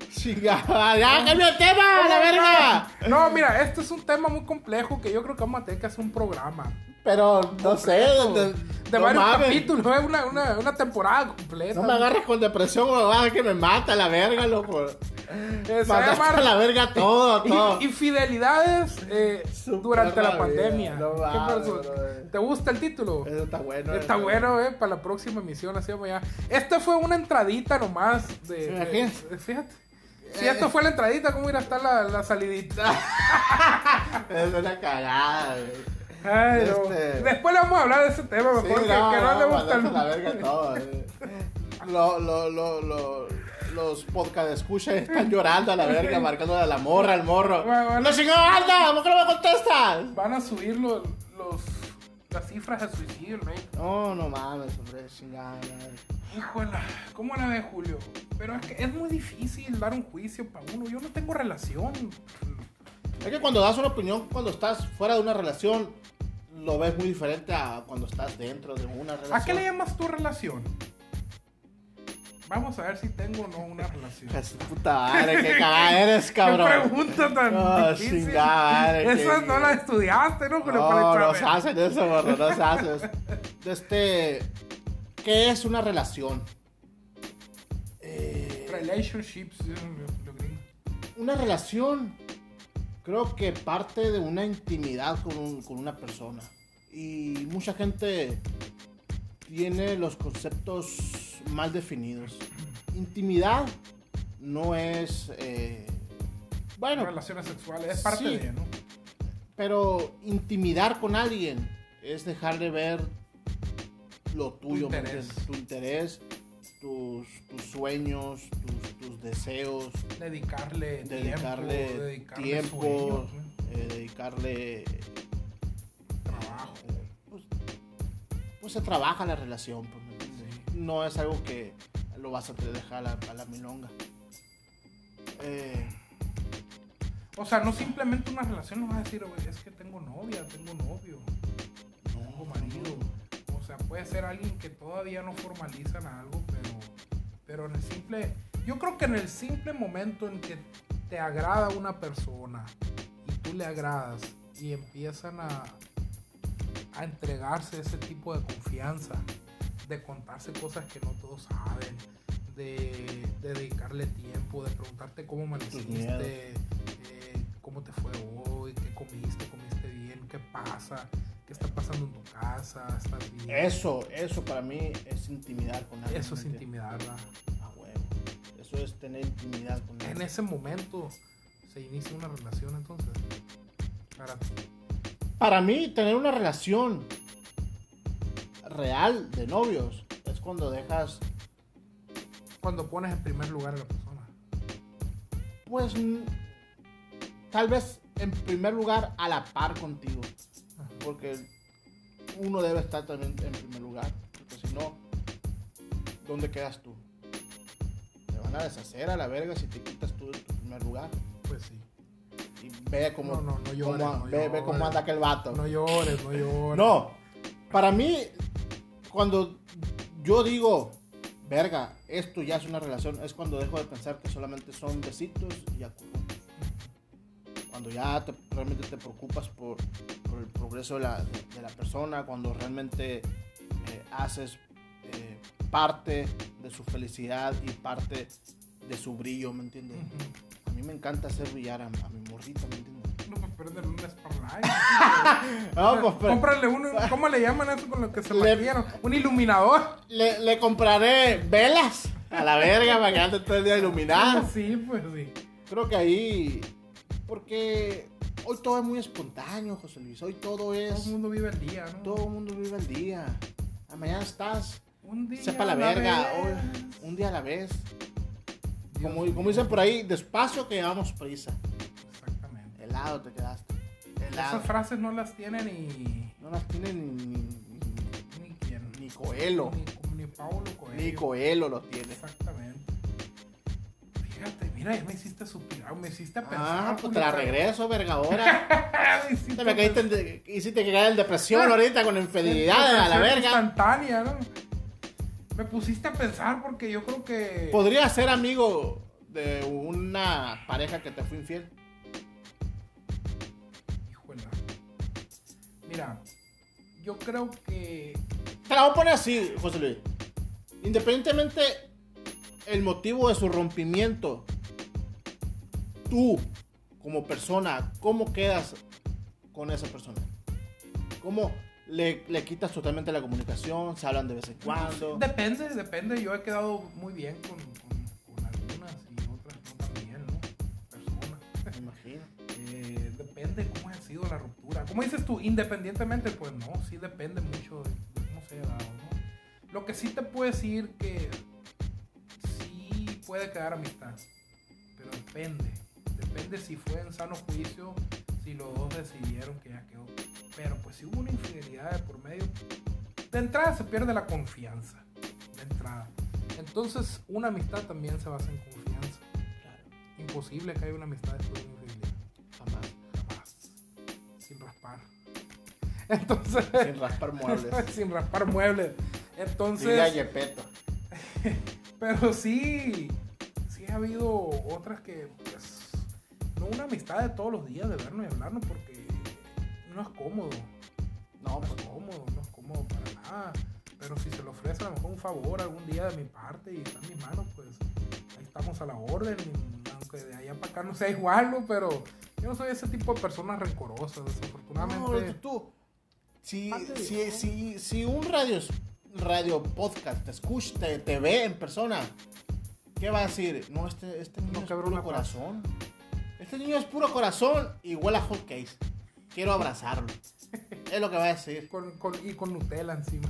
S2: Chingada, ya cambia el tema, (laughs) la verga.
S1: No, mira, este es un tema muy complejo que yo creo que vamos a tener que hacer un programa.
S2: Pero no sé, de,
S1: De
S2: no
S1: varios
S2: mames.
S1: capítulos, es una, una, una temporada completa.
S2: No me agarres con depresión, o vas a ver que me mata la verga, loco.
S1: Eh, se va a
S2: Mandaste
S1: llamar
S2: a la
S1: (laughs)
S2: verga todo, todo.
S1: in- Infidelidades eh,
S2: Su
S1: durante la
S2: perra vida,
S1: pandemia.
S2: no
S1: ¿Qué
S2: mames, Eh,
S1: pasó?
S2: brother.
S1: ¿Te gusta el título?
S2: Eso está bueno.
S1: Está
S2: eso.
S1: bueno, eh, para la próxima emisión, así vamos ya. Esta fue una entradita nomás de. de-
S2: Imagínate.
S1: de- fíjate. Si
S2: Eh.
S1: esto fue la entradita, ¿cómo irá a estar la, la salidita?
S2: Es una cagada, güey.
S1: Ay, no.
S2: Este-
S1: Después le vamos a hablar de ese tema, mejor que,
S2: Sí,
S1: que no le gusta
S2: mandaste
S1: el-
S2: a la verga todo. güey. Lo, lo, lo, lo, los podcast escucha están llorando a la verga, marcándole a la morra, al morro.
S1: Bueno, bueno.
S2: ¡No, señor, anda! ¿Por qué no me contestas?
S1: Van a subir los, los- las cifras de suicidio en México.
S2: No, no mames, hombre, chingada. madre.
S1: Híjola, ¿cómo la ve Julio? Pero es que es muy difícil dar un juicio para uno. Yo no tengo relación.
S2: Es que cuando das una opinión, cuando estás fuera de una relación, lo ves muy diferente a cuando estás dentro de una relación.
S1: ¿A qué le llamas tu relación? Vamos a ver si tengo o no una relación.
S2: Hija de su puta madre, qué
S1: (laughs)
S2: cagada eres, cabrón.
S1: ¿Qué pregunta tan
S2: Ah,
S1: difícil?
S2: chingada, qué
S1: Esa no
S2: bien.
S1: la estudiaste, (laughs) ¿no? Julio? Para
S2: No,
S1: el
S2: no se
S1: examen.
S2: hacen eso, gordo, no se hacen. Este, ¿qué es una relación?
S1: Relationships, eh, lo- lo gringo.
S2: Una relación creo que parte de una intimidad con, un- con una persona. Y mucha gente tiene los conceptos mal definidos. Intimidad no es... eh, bueno,
S1: Relaciones sexuales, es parte
S2: sí.
S1: de, ¿no?
S2: Pero intimidar con alguien es dejarle ver lo tuyo, ¿me
S1: interés.
S2: entiendes? tu interés, tus, tus sueños, tus, tus deseos,
S1: Dedicarle,
S2: dedicarle
S1: tiempo,
S2: tiempo,
S1: dedicarle sueños, ¿no?
S2: eh, dedicarle...
S1: trabajo.
S2: Pues, pues se trabaja la relación, pues, ¿me entiendes? No es algo que lo vas a dejar a la, a la milonga. Eh,
S1: O sea, no simplemente una relación no vas a decir, "Oye, es que tengo novia, tengo novio, tengo marido. O sea, puede ser alguien que todavía no formalizan algo, pero, pero en el simple yo creo que en el simple momento en que te agrada una persona y tú le agradas y empiezan a, a entregarse ese tipo de confianza, de contarse cosas que no todos saben, de, de dedicarle tiempo, de preguntarte cómo
S2: miedos.
S1: amaneciste, eh, cómo te fue hoy, qué comiste, comiste bien, qué pasa, qué está pasando en tu casa, estás bien.
S2: Eso, eso para mí es intimidar con alguien.
S1: Eso es
S2: ¿me entiendes?
S1: intimidad, ¿verdad?
S2: A huevo. Ah, Eso es tener intimidad con
S1: En
S2: alguien.
S1: ese momento se inicia una relación entonces. Para ti.
S2: Para mí, tener una relación real de novios es cuando dejas,
S1: Cuando pones en primer lugar a la persona.
S2: pues, n- tal vez en primer lugar a la par contigo.
S1: Ajá.
S2: Porque uno debe estar también en primer lugar. Porque si no, ¿dónde quedas tú? Te van a deshacer a la verga si te quitas tú de tu primer lugar.
S1: Pues sí.
S2: Y ve cómo,
S1: No, no, no
S2: cómo-
S1: llores, no
S2: ve, ve cómo
S1: llores.
S2: anda aquel vato.
S1: No llores, no llores.
S2: No, para mí, cuando yo digo, verga, esto ya es una relación, es cuando dejo de pensar que solamente son besitos y acurrucos. Cuando ya te- realmente te preocupas por, por el progreso de la, de- de la persona, cuando realmente eh, haces eh, parte de su felicidad y parte de su brillo, ¿me entiendes?
S1: Ujú.
S2: A mí me encanta hacer brillar a, a mi morrita, ¿me entiendes?
S1: No, pues prenden un Sparlight.
S2: (laughs) No, pues, pero-
S1: Cómprale uno. ¿Cómo le llaman eso con lo que se
S2: Le-
S1: maquillaron? Un iluminador.
S2: Le, le compraré velas a la verga para que ande todo el día iluminada.
S1: Sí, pues sí.
S2: Creo que ahí. Porque hoy todo es muy espontáneo, José Luis. Hoy todo
S1: Todo el
S2: es.
S1: mundo vive el día, ¿no?
S2: Todo el mundo vive el día. A mañana estás.
S1: Un día.
S2: Sepa la
S1: a
S2: verga.
S1: vez.
S2: hoy- un día a la vez.
S1: Dios
S2: Como,
S1: mío.
S2: como dicen por ahí, despacio que llevamos prisa.
S1: Exactamente.
S2: Helado te quedaste. Helado.
S1: Esas frases no las tiene ni.
S2: No las tiene ni, ni, ni-
S1: Ni quién.
S2: ni Coelho.
S1: Ni, ni Paulo Coelho.
S2: Ni Coelho lo tiene.
S1: Exactamente. Fíjate, mira, ya me hiciste suspirar, me hiciste pensar.
S2: Ah, pues
S1: Julio,
S2: te la
S1: pero- (laughs)
S2: regreso, verga, ahora.
S1: Me hiciste
S2: Te me caíste en de- hiciste que caiga en depresión ahorita con
S1: pensar
S2: infidelidad a la verga.
S1: Instantánea, ¿no? Me pusiste a pensar porque yo creo que.
S2: ¿Podrías ser amigo de una pareja que te fue infiel?
S1: Híjole. Mira, yo creo que.
S2: Te la voy a poner así, José Luis. Independientemente el motivo de su rompimiento, tú como persona, ¿cómo quedas con esa persona? ¿Cómo le, le quitas totalmente la comunicación? ¿Se hablan de vez en cuando?
S1: Depende, depende. Yo he quedado muy bien con, con- con algunas y otras no tan bien, ¿no? Personas.
S2: Me imagino.
S1: Eh, depende cómo haya sido la ruptura. Como dices tú, independientemente, pues no, sí depende mucho de, de cómo se haya dado, ¿no? Lo que sí te puedo decir que sí puede quedar amistad, pero depende. Depende si fue en sano juicio, si los dos decidieron que ya quedó. Pero pues si hubo una infidelidad de por medio, de entrada se pierde la confianza. De entrada. Entonces, una amistad también se basa en confianza.
S2: Claro,
S1: Imposible que haya una amistad después de una infidelidad
S2: jamás.
S1: jamás, sin raspar. (laughs) Entonces, (laughs)
S2: Sin raspar muebles.
S1: sin raspar muebles.
S2: Dile a
S1: Entonces,
S2: Yepeto.
S1: pero sí, sí ha habido otras que, pues, no una amistad de todos los días de vernos y hablarnos porque no es cómodo,
S2: No,
S1: no es
S2: pues,
S1: cómodo, no es cómodo para nada. Pero si se le ofrece a lo mejor un favor algún día de mi parte y está en mis manos, pues ahí estamos a la orden. y aunque de allá para acá no sea igual, ¿no? pero yo no soy ese tipo de personas rencorosas,
S2: no,
S1: desafortunadamente.
S2: tú, tú. Si,
S1: Parte de-
S2: si, si, si un radio, radio podcast te escucha, te, te ve en persona, ¿qué va a decir? No, este, este niño
S1: No,
S2: es
S1: cabrón,
S2: puro
S1: la
S2: corazón. Este niño es puro corazón, igual a hot case. Quiero abrazarlo. Es lo que va a decir.
S1: Con, con- y con Nutella encima.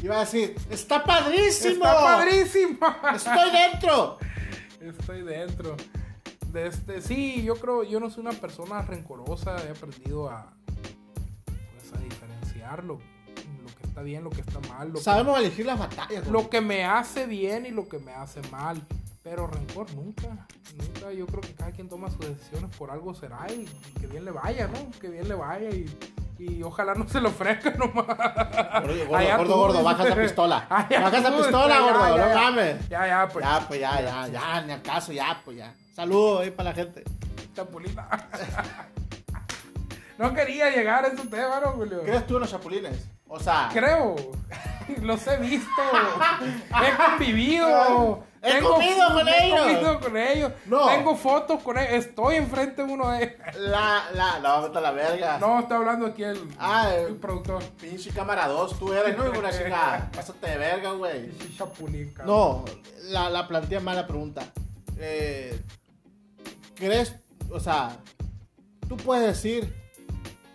S2: Y va a decir, ¡está padrísimo!
S1: ¡Está padrísimo! (laughs)
S2: ¡Estoy dentro!
S1: Estoy dentro. De este, sí, yo creo, yo no soy una persona rencorosa, he aprendido a, pues, a diferenciarlo. Lo que está bien, lo que está mal, lo, que,
S2: Sabemos elegir las batallas.
S1: lo que me hace bien y lo que me hace mal. Pero rencor nunca, nunca. Yo creo que cada quien toma sus decisiones por algo será y, y que bien le vaya, ¿no? Que bien le vaya y Y ojalá no se lo ofrezcan (laughs) nomás.
S2: Gordo, gordo,
S1: Allá
S2: gordo,
S1: tú,
S2: gordo,
S1: dice.
S2: baja esa pistola.
S1: Allá
S2: Baja esa
S1: tú,
S2: pistola,
S1: ya,
S2: gordo,
S1: ya,
S2: no
S1: ya.
S2: mames.
S1: Ya, ya, pues.
S2: Ya, pues ya, ya, ya, ni acaso, ya, pues ya. Saludos ahí para la gente.
S1: Chapulina. (laughs) no quería llegar a ese tema, ¿no, Julio?
S2: ¿Crees tú en los chapulines? O sea,
S1: Creo. (laughs) Los he visto. He convivido.
S2: He
S1: Tengo-
S2: comido con
S1: he
S2: ellos.
S1: comido con ellos.
S2: No.
S1: Tengo fotos con ellos. Estoy enfrente de uno de ellos.
S2: la, la, la, vete a la verga.
S1: No, está hablando aquí el,
S2: Ah, eh.
S1: el productor.
S2: Pinche cámara 2, tú eres, no,
S1: (laughs)
S2: una chingada. Pásate de verga, güey.
S1: Pinche Chapulín, cabrón.
S2: No, la, la plantea mala pregunta. Eh, ¿Crees, o sea, tú puedes decir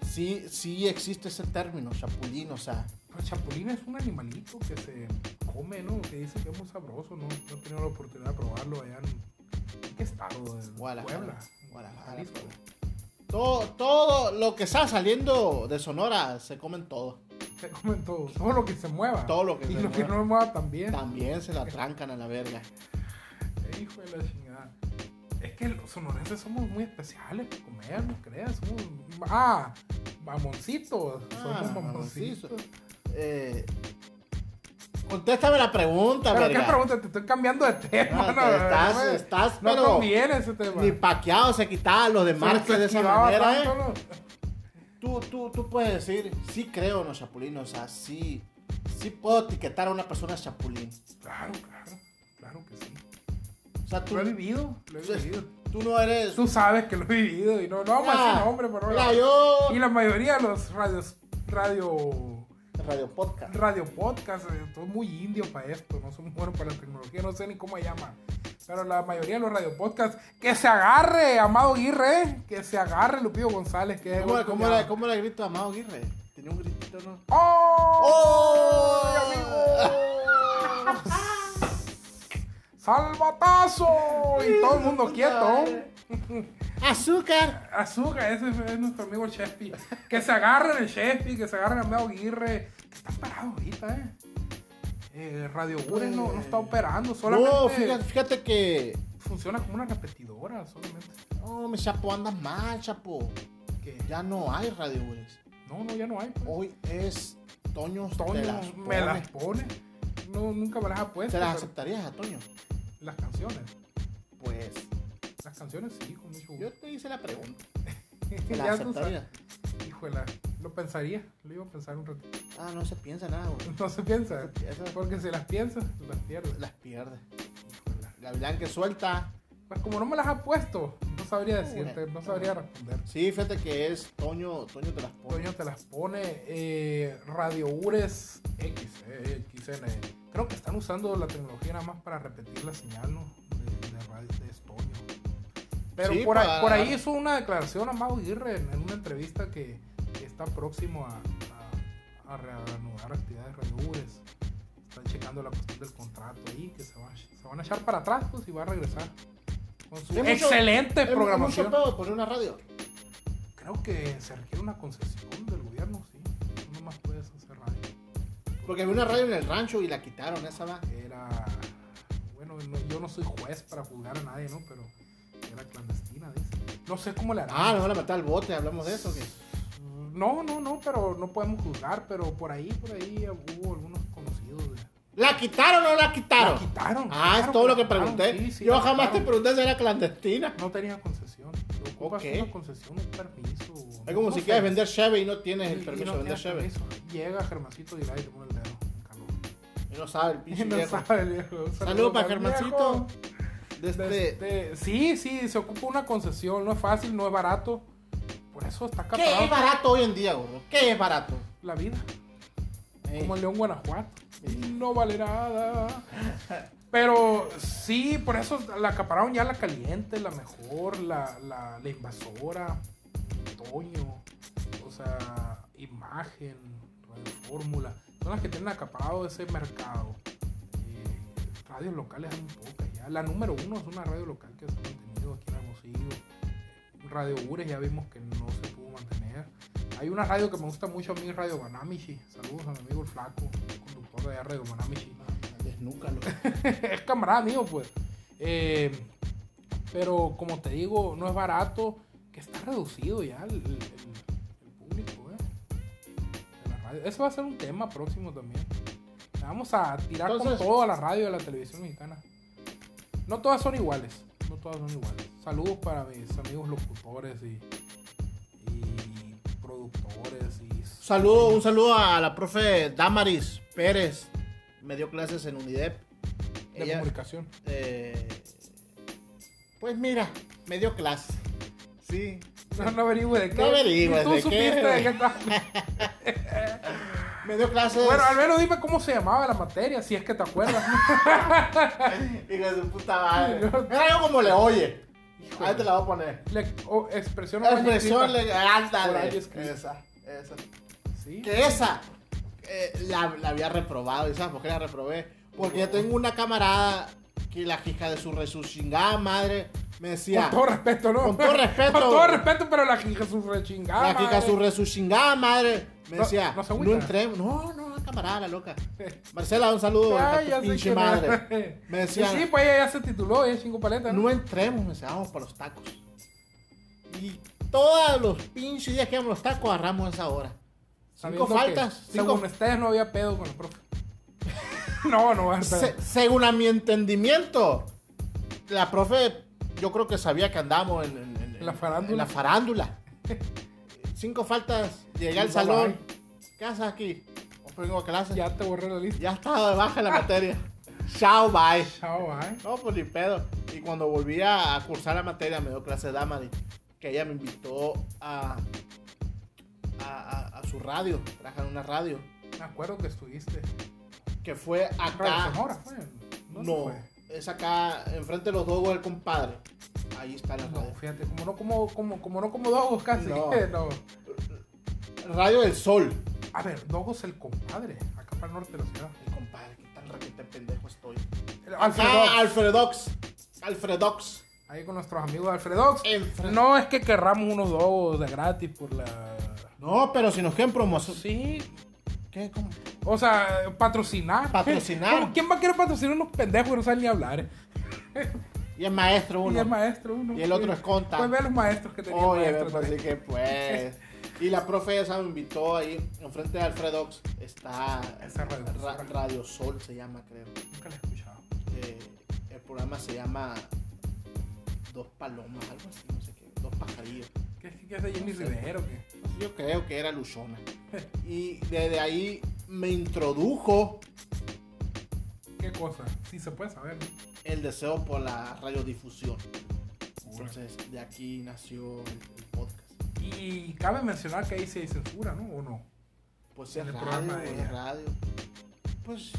S2: si sí existe ese término, chapulín, o sea,
S1: Pero Pues chapulín es un animalito que se come, ¿no? Que dice que es muy sabroso, ¿no? No he tenido la oportunidad de probarlo allá en... ¿en ¿Qué estado? En
S2: Guadalajara.
S1: Puebla.
S2: Guadalajara,
S1: Jalisco.
S2: Puebla. todo, todo lo que está saliendo de Sonora se comen todo.
S1: Se comen todo. Todo lo que se mueva.
S2: Todo lo que
S1: y
S2: se
S1: lo que
S2: mueva.
S1: no mueva también.
S2: También se la trancan a la verga.
S1: Eh, Hijo de la chingada. Es que los sonorenses somos muy especiales para comer, ¿no creas? Somos... Ah, mamoncitos.
S2: Ah,
S1: somos mamoncitos.
S2: mamoncitos. Eh, contéstame la pregunta,
S1: Pero
S2: verga.
S1: qué pregunta, te estoy cambiando de (laughs) tema,
S2: Ah,
S1: ¿no?
S2: te estás-
S1: No me-
S2: estás,
S1: no
S2: pero-
S1: conviene ese tema.
S2: Ni paqueado se quitaba los de Marte de esa
S1: esquivaba
S2: manera, ¿eh?
S1: tanto, ¿no?
S2: Tú, tú, tú puedes decir, sí creo en los chapulines, o sea, sí, sí puedo etiquetar a una persona chapulín.
S1: Claro, claro, claro que sí.
S2: O sea, tú,
S1: Lo he vivido, lo he
S2: Sí.
S1: vivido.
S2: tú no eres...
S1: pues, Tú sabes que lo he vivido y no, no vamos a
S2: Mira,
S1: decir nombre, pero no.
S2: mira, yo...
S1: Y la mayoría de los radios, radio,
S2: Radio Podcast.
S1: radio podcast, eh, estoy muy indio para esto, no soy muy bueno para la tecnología, no sé ni cómo se llama. Pero la mayoría de los radio podcasts, que se agarre, Amado Aguirre, eh, que se agarre Lupido González, que es
S2: ¿Cómo,
S1: otro
S2: cómo
S1: ya.
S2: era, ¿Cómo era el grito de Amado Aguirre? Tenía un gritito, ¿no?
S1: ¡Oh!
S2: ¡Oh!
S1: ¡Ay, amigo!
S2: (laughs)
S1: ¡Salvatazo! Y todo el mundo quieto.
S2: (laughs) ¡Azúcar!
S1: Azúcar, ese es nuestro amigo Chespi. Que se agarren el Chespi, que se agarren a Meo Aguirre. Que están parados ahorita, eh. Eh, Radio Gures no, no está operando, solamente
S2: No, Oh, fíjate, fíjate que...
S1: funciona como una repetidora, solamente.
S2: No, mi chapo, andas mal, chapo.
S1: Que
S2: Ya no hay Radio Uris.
S1: no, no, ya no hay. Pues.
S2: Hoy es Toño,
S1: Toño
S2: Oh, te las
S1: me
S2: pone.
S1: las pone. No, nunca me las ha puesto.
S2: ¿Te las
S1: pero
S2: aceptarías a Toño?
S1: las canciones.
S2: Pues,
S1: Las canciones sí, con mucho gusto.
S2: yo te hice la pregunta.
S1: (laughs)
S2: ¿Te
S1: Ya
S2: la
S1: tú sabes.
S2: aceptarías?
S1: Híjole, lo pensaría, lo iba a pensar un ratito. (laughs)
S2: Ah, no se piensa nada, güey.
S1: No se piensa,
S2: Esas
S1: porque si las piensas, las pierdes.
S2: las pierde.
S1: Híjole.
S2: Gavilán que suelta.
S1: Pues como no me las ha puesto, no sabría decirte,
S2: Bueno,
S1: no sabría responder.
S2: Sí, fíjate que es Toño, Toño te las pone.
S1: Toño te las pone eh, Radio Ures X, eh, XN. Creo que están usando la tecnología nada más para repetir la señal, ¿no? De, de radio de Toño. Pero
S2: Sí,
S1: por, ahí-
S2: para-
S1: por ahí hizo una declaración Amado Aguirre en, en una entrevista que está próximo a, a- a reanudar actividades de Radio Ures. Están checando la cuestión del contrato ahí, que se, va- se van a echar para atrás pues, y va a regresar. Con su
S2: Es mucho-
S1: excelente
S2: Es
S1: programación.
S2: mucho pedo poner una radio.
S1: Creo que se requiere una concesión del gobierno, sí. Tú nomás puedes hacer radio.
S2: Porque había una radio en el rancho y la quitaron, esa va.
S1: Era. Bueno, no- yo no soy juez para juzgar a nadie, ¿no? Pero era clandestina, dice. No sé cómo le harán.
S2: Ah, nos van a meter al bote, hablamos de eso. o qué?
S1: No, no, no, pero no podemos juzgar. Pero por ahí, por ahí hubo algunos conocidos. De...
S2: ¿La quitaron o no la
S1: La
S2: quitaron?
S1: quitaron.
S2: ah,
S1: claro
S2: es todo lo que
S1: la quitaron,
S2: pregunté.
S1: sí, sí,
S2: Yo
S1: la
S2: jamás te
S1: quitaron.
S2: pregunté si era clandestina.
S1: No tenía concesión. Ocupas
S2: Ok.
S1: una concesión, un permiso.
S2: Es como
S1: no
S2: si
S1: sé.
S2: quieres vender Chevy y no tienes
S1: Y-
S2: el
S1: y
S2: permiso
S1: no
S2: de vender
S1: tienes
S2: Chevy.
S1: permiso. Llega Germancito y y te pone el dedo. en calor.
S2: Y no sabe el
S1: (laughs)
S2: pinche
S1: No
S2: viejo.
S1: sabe el viejo. Un
S2: Saludos para
S1: el
S2: Germancito.
S1: viejo.
S2: De este-
S1: Este, sí, sí, se ocupa una concesión. No es fácil, no es barato. Por eso está
S2: ¿Qué es
S1: caparado
S2: barato hoy en día, gordo? ¿Qué es barato?
S1: la vida.
S2: Eh,
S1: Como en León, Guanajuato. No vale nada. Pero sí, por eso la acapararon ya la caliente, la mejor, la, la, la invasora, Toño, o sea, imagen, Radio Fórmula. Son las que tienen acaparado ese mercado. Eh, radios locales hay muy pocas ya. La número uno es una radio local que se ha mantenido aquí en Hermosillo. Radio Ures ya vimos que no se pudo mantener. Hay una radio que me gusta mucho a mí, Radio Banamichi. Saludos a mi amigo el Flaco, conductor de allá, Radio Banamichi.
S2: Desnúcalo.
S1: es camarada mío, pues. Eh, pero como te digo, no es barato, que está reducido ya el, el- el- el público, ¿eh? Eso va a ser un tema próximo también. Vamos a tirar
S2: Entonces-
S1: con todo a la radio y a la televisión mexicana. No todas son iguales. No todas son iguales. Saludos para mis amigos locutores y, y productores. Y
S2: Un saludo, un saludo a la profe Damaris Pérez. Me dio clases en UNIDEP.
S1: de
S2: Ella,
S1: comunicación.
S2: eh, pues mira, me dio clase. Sí.
S1: (laughs) No, no averigües de qué.
S2: No
S1: Ni
S2: averigües
S1: tú
S2: de qué,
S1: supiste
S2: güey.
S1: de qué tal.
S2: Me dio clases.
S1: Bueno, al menos dime cómo se llamaba la materia, si es que te
S2: (laughs)
S1: acuerdas.
S2: Hijo de su puta madre. Mira yo como le oye.
S1: Híjole.
S2: Ahí te la voy a poner.
S1: Le- o expresión oral y
S2: Expresión
S1: escrita.
S2: le
S1: Por
S2: Ándale.
S1: ahí escrita.
S2: Esa, esa.
S1: Sí.
S2: Que esa eh, la, la había reprobado. ¿Y sabes por qué la reprobé? Porque yo tengo una camarada que la hija de su resuchingada madre me decía.
S1: Con todo respeto, ¿no?
S2: Con todo respeto.
S1: Con todo respeto, pero la hija su rechingada.
S2: La hija
S1: madre.
S2: su resuchingada madre me
S1: No,
S2: decía.
S1: no se
S2: No,
S1: agüita.
S2: entremos. No, no, camarada, la loca. Marcela, un saludo. a
S1: Ay,
S2: tu
S1: ya sé
S2: pinche
S1: quién
S2: madre.
S1: es.
S2: Me decía.
S1: Y (laughs) sí, pues ella ya se tituló, ella es cinco paletas. ¿no?
S2: No entremos, me decía, vamos para los tacos. Y todos los pinches días que vamos a los tacos agarramos esa hora.
S1: Sabiendo
S2: Cinco faltas.
S1: que,
S2: cinco-
S1: Según ustedes no había pedo con el profe. (laughs) no, no va a estar.
S2: Se- según a mi entendimiento, la profe, yo creo que sabía que andábamos en, en- en-
S1: La farándula.
S2: en la farándula. Cinco faltas, llegué al
S1: Bye,
S2: salón.
S1: bye.
S2: ¿Qué haces aquí? "Oh, vengo a clase. Ya,
S1: Ya te borré la lista.
S2: estaba de baja la materia. Chao, bye.
S1: Chao, ay.
S2: No, pues ni pedo. Y cuando volví a, a cursar la materia, me dio clase de Damari, que ella me invitó a, a, a- a su radio, trabajan una radio,
S1: Me acuerdo que estuviste.
S2: que fue
S1: Radio
S2: acá.
S1: Sonora fue. ¿Dónde
S2: Ah. No,
S1: fue?
S2: es acá, enfrente de los dogos del compadre. Ahí está la
S1: No,
S2: radio.
S1: fíjate, como no como, como, como no como Dogos casi.
S2: No.
S1: (laughs) no.
S2: Radio del Sol.
S1: A ver, Dogos el compadre, acá para el norte de la ciudad.
S2: El compadre, qué tan requete pendejo estoy. Ah,
S1: El
S2: Acá,
S1: Alfredox.
S2: Alfredox. Alfredox.
S1: Ahí con nuestros amigos de Alfredox.
S2: Alfredox.
S1: No es que querramos unos dogos de gratis por la.
S2: No, pero si nos quieren promoción.
S1: Sí.
S2: ¿Qué? ¿Cómo?
S1: O sea, patrocinar.
S2: Patrocinar.
S1: ¿Cómo- ¿Quién va a querer patrocinar unos pendejos que no saben ni hablar?
S2: Y es maestro uno.
S1: Y el maestro uno.
S2: Y el otro es conta.
S1: Pues ve a los maestros que tenía el
S2: Oye,
S1: maestro
S2: pues, así
S1: también.
S2: que pues. Y la profe esa me invitó ahí, enfrente de Alfredox, está
S1: Esa radio-
S2: Ra- Radio Sol, se llama, creo.
S1: Nunca la he escuchado.
S2: Eh, el programa se llama Dos Palomas, algo así, no sé qué, Dos Pajarillos.
S1: ¿Qué, qué, qué es de Jimmy
S2: No sé.
S1: Rivero? ¿Qué?
S2: Yo creo que era
S1: (laughs)
S2: Luchona. Y desde ahí me introdujo
S1: ¿Qué cosa? Sí, se puede saber. ¿no?
S2: el deseo por la radiodifusión. Entonces, de aquí nació el, el podcast.
S1: Y cabe mencionar que ahí sí hay censura, ¿no? ¿O no?
S2: Pues
S1: En el
S2: es radio,
S1: programa de
S2: es
S1: ella.
S2: radio. Pues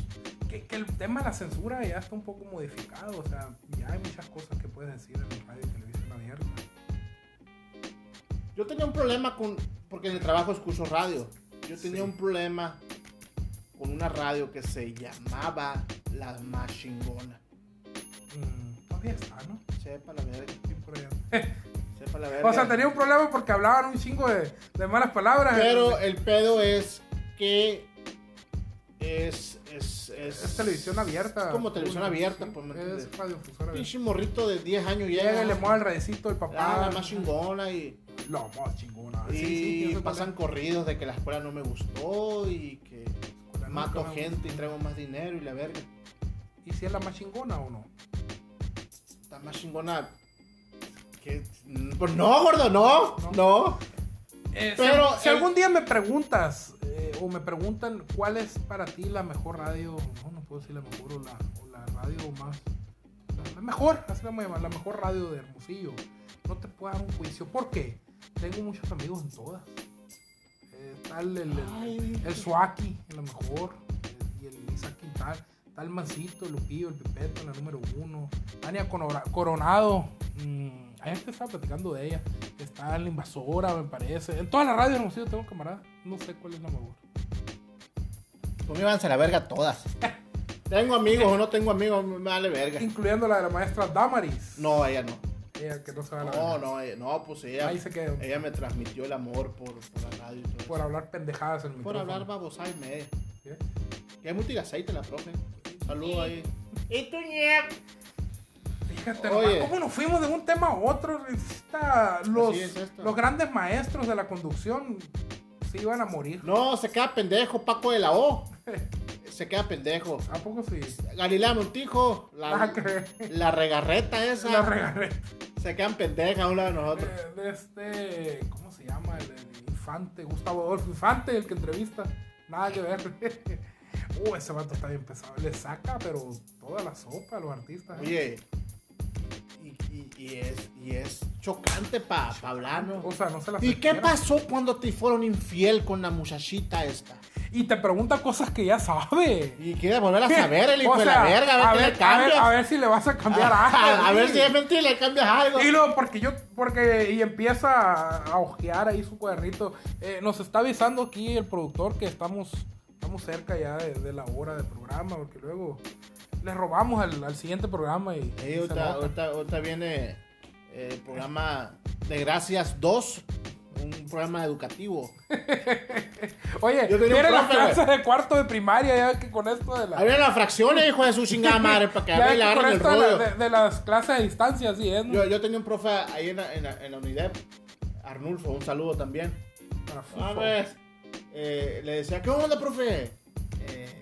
S1: Que, que el tema de la censura ya está un poco modificado. O sea, ya hay muchas cosas que puedes decir en radio y televisión abierta.
S2: Yo tenía un problema con. Porque en el trabajo escucho radio. Yo tenía
S1: Sí.
S2: un problema con una radio que se llamaba La Más Chingona.
S1: Mm, todavía está, ¿no?
S2: Sepa la verga.
S1: Sí, por allá.
S2: Sepa la verga.
S1: O sea, tenía un problema porque hablaban un chingo de, de malas palabras.
S2: Pero el pedo es que. Es. Es, es,
S1: es televisión abierta.
S2: Es como televisión abierta,
S1: Sí,
S2: pues me entiendes.
S1: Es radiofusora abierta.
S2: Pinche morrito de 10 años llega.
S1: Llega y le mueve el redecito del papá.
S2: Ah, la más chingona y,
S1: La más chingona.
S2: y
S1: Sí, sí, yo sé cuál es.
S2: pasan corridos de que la escuela no me gustó y que
S1: Con la
S2: mato
S1: nuca,
S2: gente y traigo más dinero y la verga.
S1: ¿no? ¿Y si es la más chingona o no?
S2: Está más chingona. que- Pues no, gordo, no,
S1: No.
S2: no.
S1: Eh,
S2: Pero
S1: si, si
S2: el-
S1: algún día me preguntas eh, o me preguntan cuál es para ti la mejor radio, no, no puedo decir la mejor o la, o la radio más, la, la mejor, así la voy a llamar, la mejor radio de Hermosillo. No te puedo dar un juicio. ¿Por qué? Tengo muchos amigos en todas. Eh, tal el, el,
S2: Ay.
S1: el Suaki, la mejor, eh, y el Isaac Quintal. Tal Mancito, el Lupillo, el Pepeto, la número uno. Tania Conora- Coronado. mm, ayer te estaba platicando de ella. Está en la invasora, me parece. En todas las radios de Hermosillo tengo camarada. No sé cuál es la mejor.
S2: Pues me van a la verga todas. tengo amigos o no tengo amigos, me vale verga.
S1: Incluyendo la de la maestra Damaris.
S2: No, ella no.
S1: Ella que Ah, no se va a la
S2: No, no, ella- no, pues ella,
S1: Ahí se quedó.
S2: ella me transmitió el amor por, por la radio y todo
S1: Por
S2: eso.
S1: hablar pendejadas en el
S2: Por hablar
S1: micrófono.
S2: babosada y media.
S1: ¿Sí?
S2: Que hay mucho aceite la profe. Saludo ahí.
S1: Fíjate,
S2: Oye.
S1: nomás, ¿cómo nos fuimos de un tema a otro? Está- los,
S2: es esto.
S1: los grandes maestros de la conducción sí iban a morir.
S2: No, se queda pendejo, Paco de la O. Se queda pendejo.
S1: ¿A poco sí?
S2: Galilea Montijo, la,
S1: Ah, que-
S2: la regarreta esa.
S1: La regarré.
S2: Se quedan pendejas una de nosotros.
S1: Eh, de este, ¿cómo se llama? El, el infante, Gustavo Adolfo Infante, el que entrevista. Nada que ver. (laughs) uh, ese vato está bien pesado. Le saca, pero toda la sopa a los artistas. eh.
S2: Oye, y, y- y es, y es chocante para pa hablar, ¿no?
S1: O sea, no se la
S2: ¿Y qué
S1: supieron.
S2: pasó cuando te fueron infiel con la muchachita esta?
S1: Y te pregunta cosas que ya sabe.
S2: Y quiere volver a saber el
S1: (laughs)
S2: hijo
S1: O
S2: de la
S1: sea,
S2: verga, a ver, qué le
S1: a ver,
S2: cambias.
S1: a ver si le vas a cambiar
S2: A-
S1: algo.
S2: a- a ver
S1: sí.
S2: si es mentira y le cambias algo.
S1: Y luego, porque yo, porque, y empieza a, a ojear ahí su cuadernito. Eh, nos está avisando aquí el productor que estamos, estamos cerca ya de, de la hora del programa, porque luego le robamos al, al siguiente programa y.
S2: Sí,
S1: y se
S2: ahorita,
S1: enoja.
S2: ahorita- ahorita viene eh, el programa de Gracias 2, un programa educativo.
S1: Oye,
S2: yo tenía un
S1: viene la
S2: profe, güey.
S1: clase de cuarto de primaria, ya que con esto de la.
S2: Abren las fracciones, hijo de su chingada madre, para que
S1: ya
S2: abran
S1: que
S2: y le
S1: con
S2: agarren el
S1: esto de, la-
S2: rollo.
S1: de- de las clases a distancia, sí, es. ¿no?
S2: Yo, yo tenía un profe ahí en la, en la- en la unidad, Arnulfo, un saludo también.
S1: Para
S2: Ah,
S1: fufo.
S2: pues, eh, le decía, ¿qué onda, profe? Eh,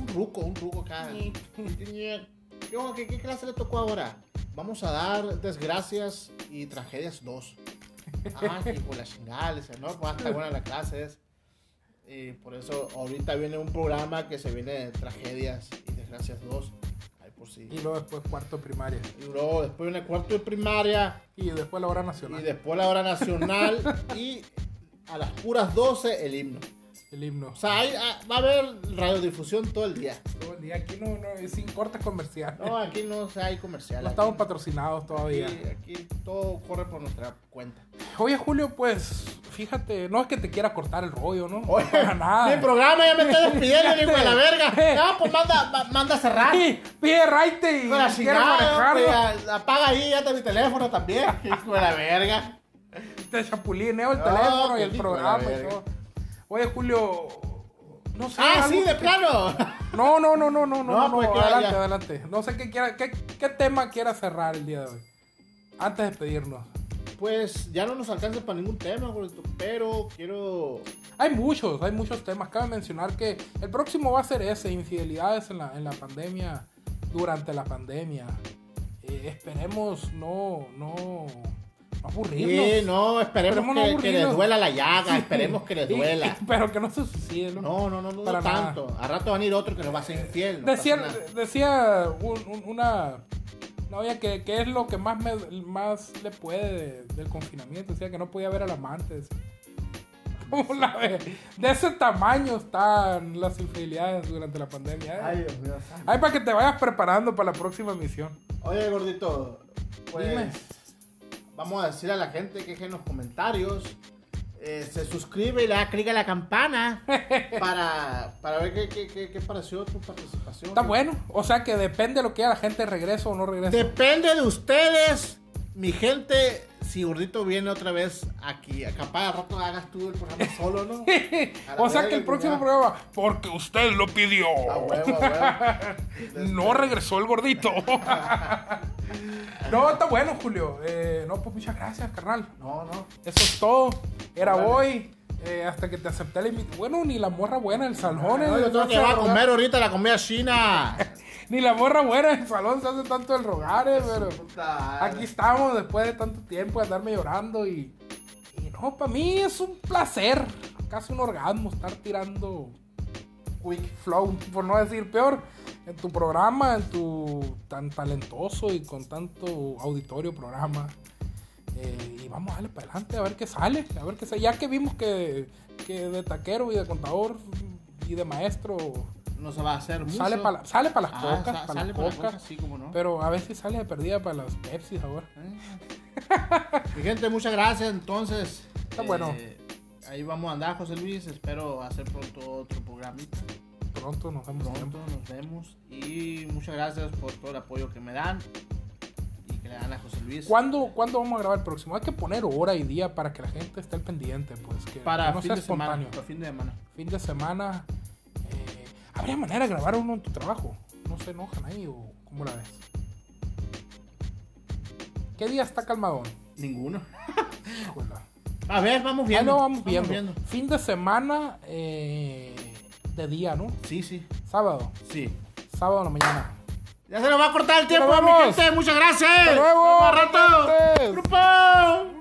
S2: un ruco, un ruco acá. ¿Qué, onda? ¿Qué- qué clase le tocó ahora? Vamos a dar desgracias y tragedias 2. Ah, hijo, la chingada, le decía, no, pues hasta buena la clase es. Y por eso ahorita viene un programa que se viene de tragedias y desgracias 2. Ay, por si.
S1: Y luego después cuarto de primaria.
S2: Y luego, después viene cuarto de primaria.
S1: Y después la hora
S2: Y
S1: nacional.
S2: después la hora nacional
S1: (laughs)
S2: y a las puras 12 el himno.
S1: El himno.
S2: O sea, hay- ah, va a haber radiodifusión todo el día.
S1: Todo el día aquí no, no, sin cortes comerciales.
S2: No, aquí no o sea, hay comercial.
S1: No
S2: aquí-
S1: estamos patrocinados todavía.
S2: Aquí, aquí todo corre por nuestra cuenta.
S1: Oye, Julio, pues fíjate, no es que te quiera cortar el rollo, ¿no?
S2: Oye,
S1: Para nada.
S2: mi programa ya me está despidiendo, el hijo de la verga.
S1: (laughs) Eh.
S2: Ya, pues manda, ma- manda a cerrar.
S1: Sí, pide raite y
S2: Hijo de la
S1: quiere
S2: chingada,
S1: manejarlo.
S2: pues, ya, apaga ahí, ya está mi
S1: (laughs)
S2: teléfono también. Hijo de la verga.
S1: Te chapulineo el
S2: No,
S1: teléfono y el
S2: hijo de la
S1: programa y
S2: verga.
S1: todo. Oye, Julio, no sé.
S2: Ah,
S1: algo
S2: sí, de
S1: que-
S2: plano. (laughs)
S1: No, no, no, no, no, no, no,
S2: No, pues, que
S1: adelante,
S2: ya.
S1: adelante. No sé qué, quiera, qué, qué tema quiera cerrar el día de hoy. Antes de despedirnos.
S2: Pues ya no nos alcanza para ningún tema, gordito, pero quiero
S1: Hay muchos, hay muchos temas. Cabe mencionar que el próximo va a ser ese, infidelidades en la, en la pandemia, durante la pandemia. Eh, esperemos no, no, no aburrirnos.
S2: Sí, no, esperemos
S1: Esperemos no
S2: que, que les
S1: aburrirnos.
S2: duela la llaga,
S1: Sí.
S2: esperemos que les
S1: Y-
S2: duela.
S1: y- (laughs) pero que no se suicide, ¿no?
S2: No, no, no, no,
S1: Para nada.
S2: tanto. A rato van a ir otro que nos va a ser infiel. no
S1: decía
S2: pasa nada.
S1: decía un- un- una novia que, que es lo que más, me, más le puede de- del confinamiento. Decía que no podía ver al amante. decía. ¿Cómo la ve? De ese tamaño están las infidelidades durante la pandemia. ¿eh?
S2: Ay, Dios mío.
S1: Ahí para que te vayas preparando para la próxima misión.
S2: Oye, gordito, pues
S1: Dime.
S2: vamos a decir a la gente que deje en los comentarios. eh, se suscribe y le da clic a la
S1: (laughs)
S2: campana para, para ver qué, qué, qué, qué pareció tu participación.
S1: Está bueno. O sea que depende de lo que haga la gente, regreso o no regreso.
S2: Depende de ustedes, mi gente. Si gordito viene otra vez aquí, capaz de rato hagas tú el programa solo,
S1: (laughs)
S2: ¿no? A la
S1: (laughs) o sea que
S2: verga,
S1: el próximo
S2: ya.
S1: programa, porque usted lo pidió.
S2: A huevo,
S1: (laughs)
S2: a huevo.
S1: No regresó el gordito. (laughs) no, está bueno, Julio. Eh, no, pues muchas gracias, carnal.
S2: No, no.
S1: Eso es todo. Era
S2: Órale.
S1: hoy. eh, hasta que te acepté la invitación. Bueno, ni la morra buena del salón. eh,
S2: No, yo tengo
S1: no
S2: que
S1: se
S2: va a
S1: rogar.
S2: comer ahorita la comida china.
S1: Ni la morra buena del salón se hace tanto el rogar, eh, pero.
S2: Puta, eh,
S1: Aquí estamos después de tanto tiempo de andarme llorando y, y no, para mí es un placer, casi un orgasmo estar tirando quick flow, por no decir peor, en tu programa, en tu tan talentoso y con tanto auditorio programa. Eh, y vamos a darle para adelante a ver qué sale, a ver qué sale. Ya que vimos que, que de taquero y de contador y de maestro
S2: No se va a hacer mucho.
S1: sale para sale pa las
S2: Ah,
S1: cocas,
S2: sa-
S1: para
S2: sale
S1: las
S2: para
S1: cocas.
S2: las cocas, sí, como no.
S1: Pero a veces sale de perdida para las Pepsi ahora.
S2: (laughs) Mi gente, muchas gracias. Entonces, eh,
S1: Está bueno.
S2: Ahí vamos a andar, José Luis. Espero hacer pronto otro programita.
S1: Pronto nos vemos
S2: Pronto nos vemos. Y muchas gracias por todo el apoyo que me dan y que le dan a José Luis.
S1: ¿Cuándo, ¿Cuándo vamos a grabar el próximo? Hay que poner hora y día para que la gente esté al pendiente, pues. Que
S2: Para
S1: que no
S2: fin
S1: sea
S2: de semana.
S1: espontáneo.
S2: Para fin de semana.
S1: Fin de semana. eh, ¿Habría manera de grabar uno en tu trabajo? ¿No se enojan ahí o cómo la ves? ¿Qué día está calmadón?
S2: Ninguno.
S1: Híjole.
S2: A ver, vamos viendo.
S1: Ah, no, vamos viendo. Fin de semana eh, de día, ¿no?
S2: Sí, sí,
S1: Sábado.
S2: sí.
S1: Sábado en la mañana.
S2: Ya se nos va a cortar el tiempo,
S1: Nos
S2: mi
S1: vemos.
S2: gente. Muchas gracias.
S1: Hasta luego,
S2: Nos vemos al rato.
S1: gente.
S2: Grupo.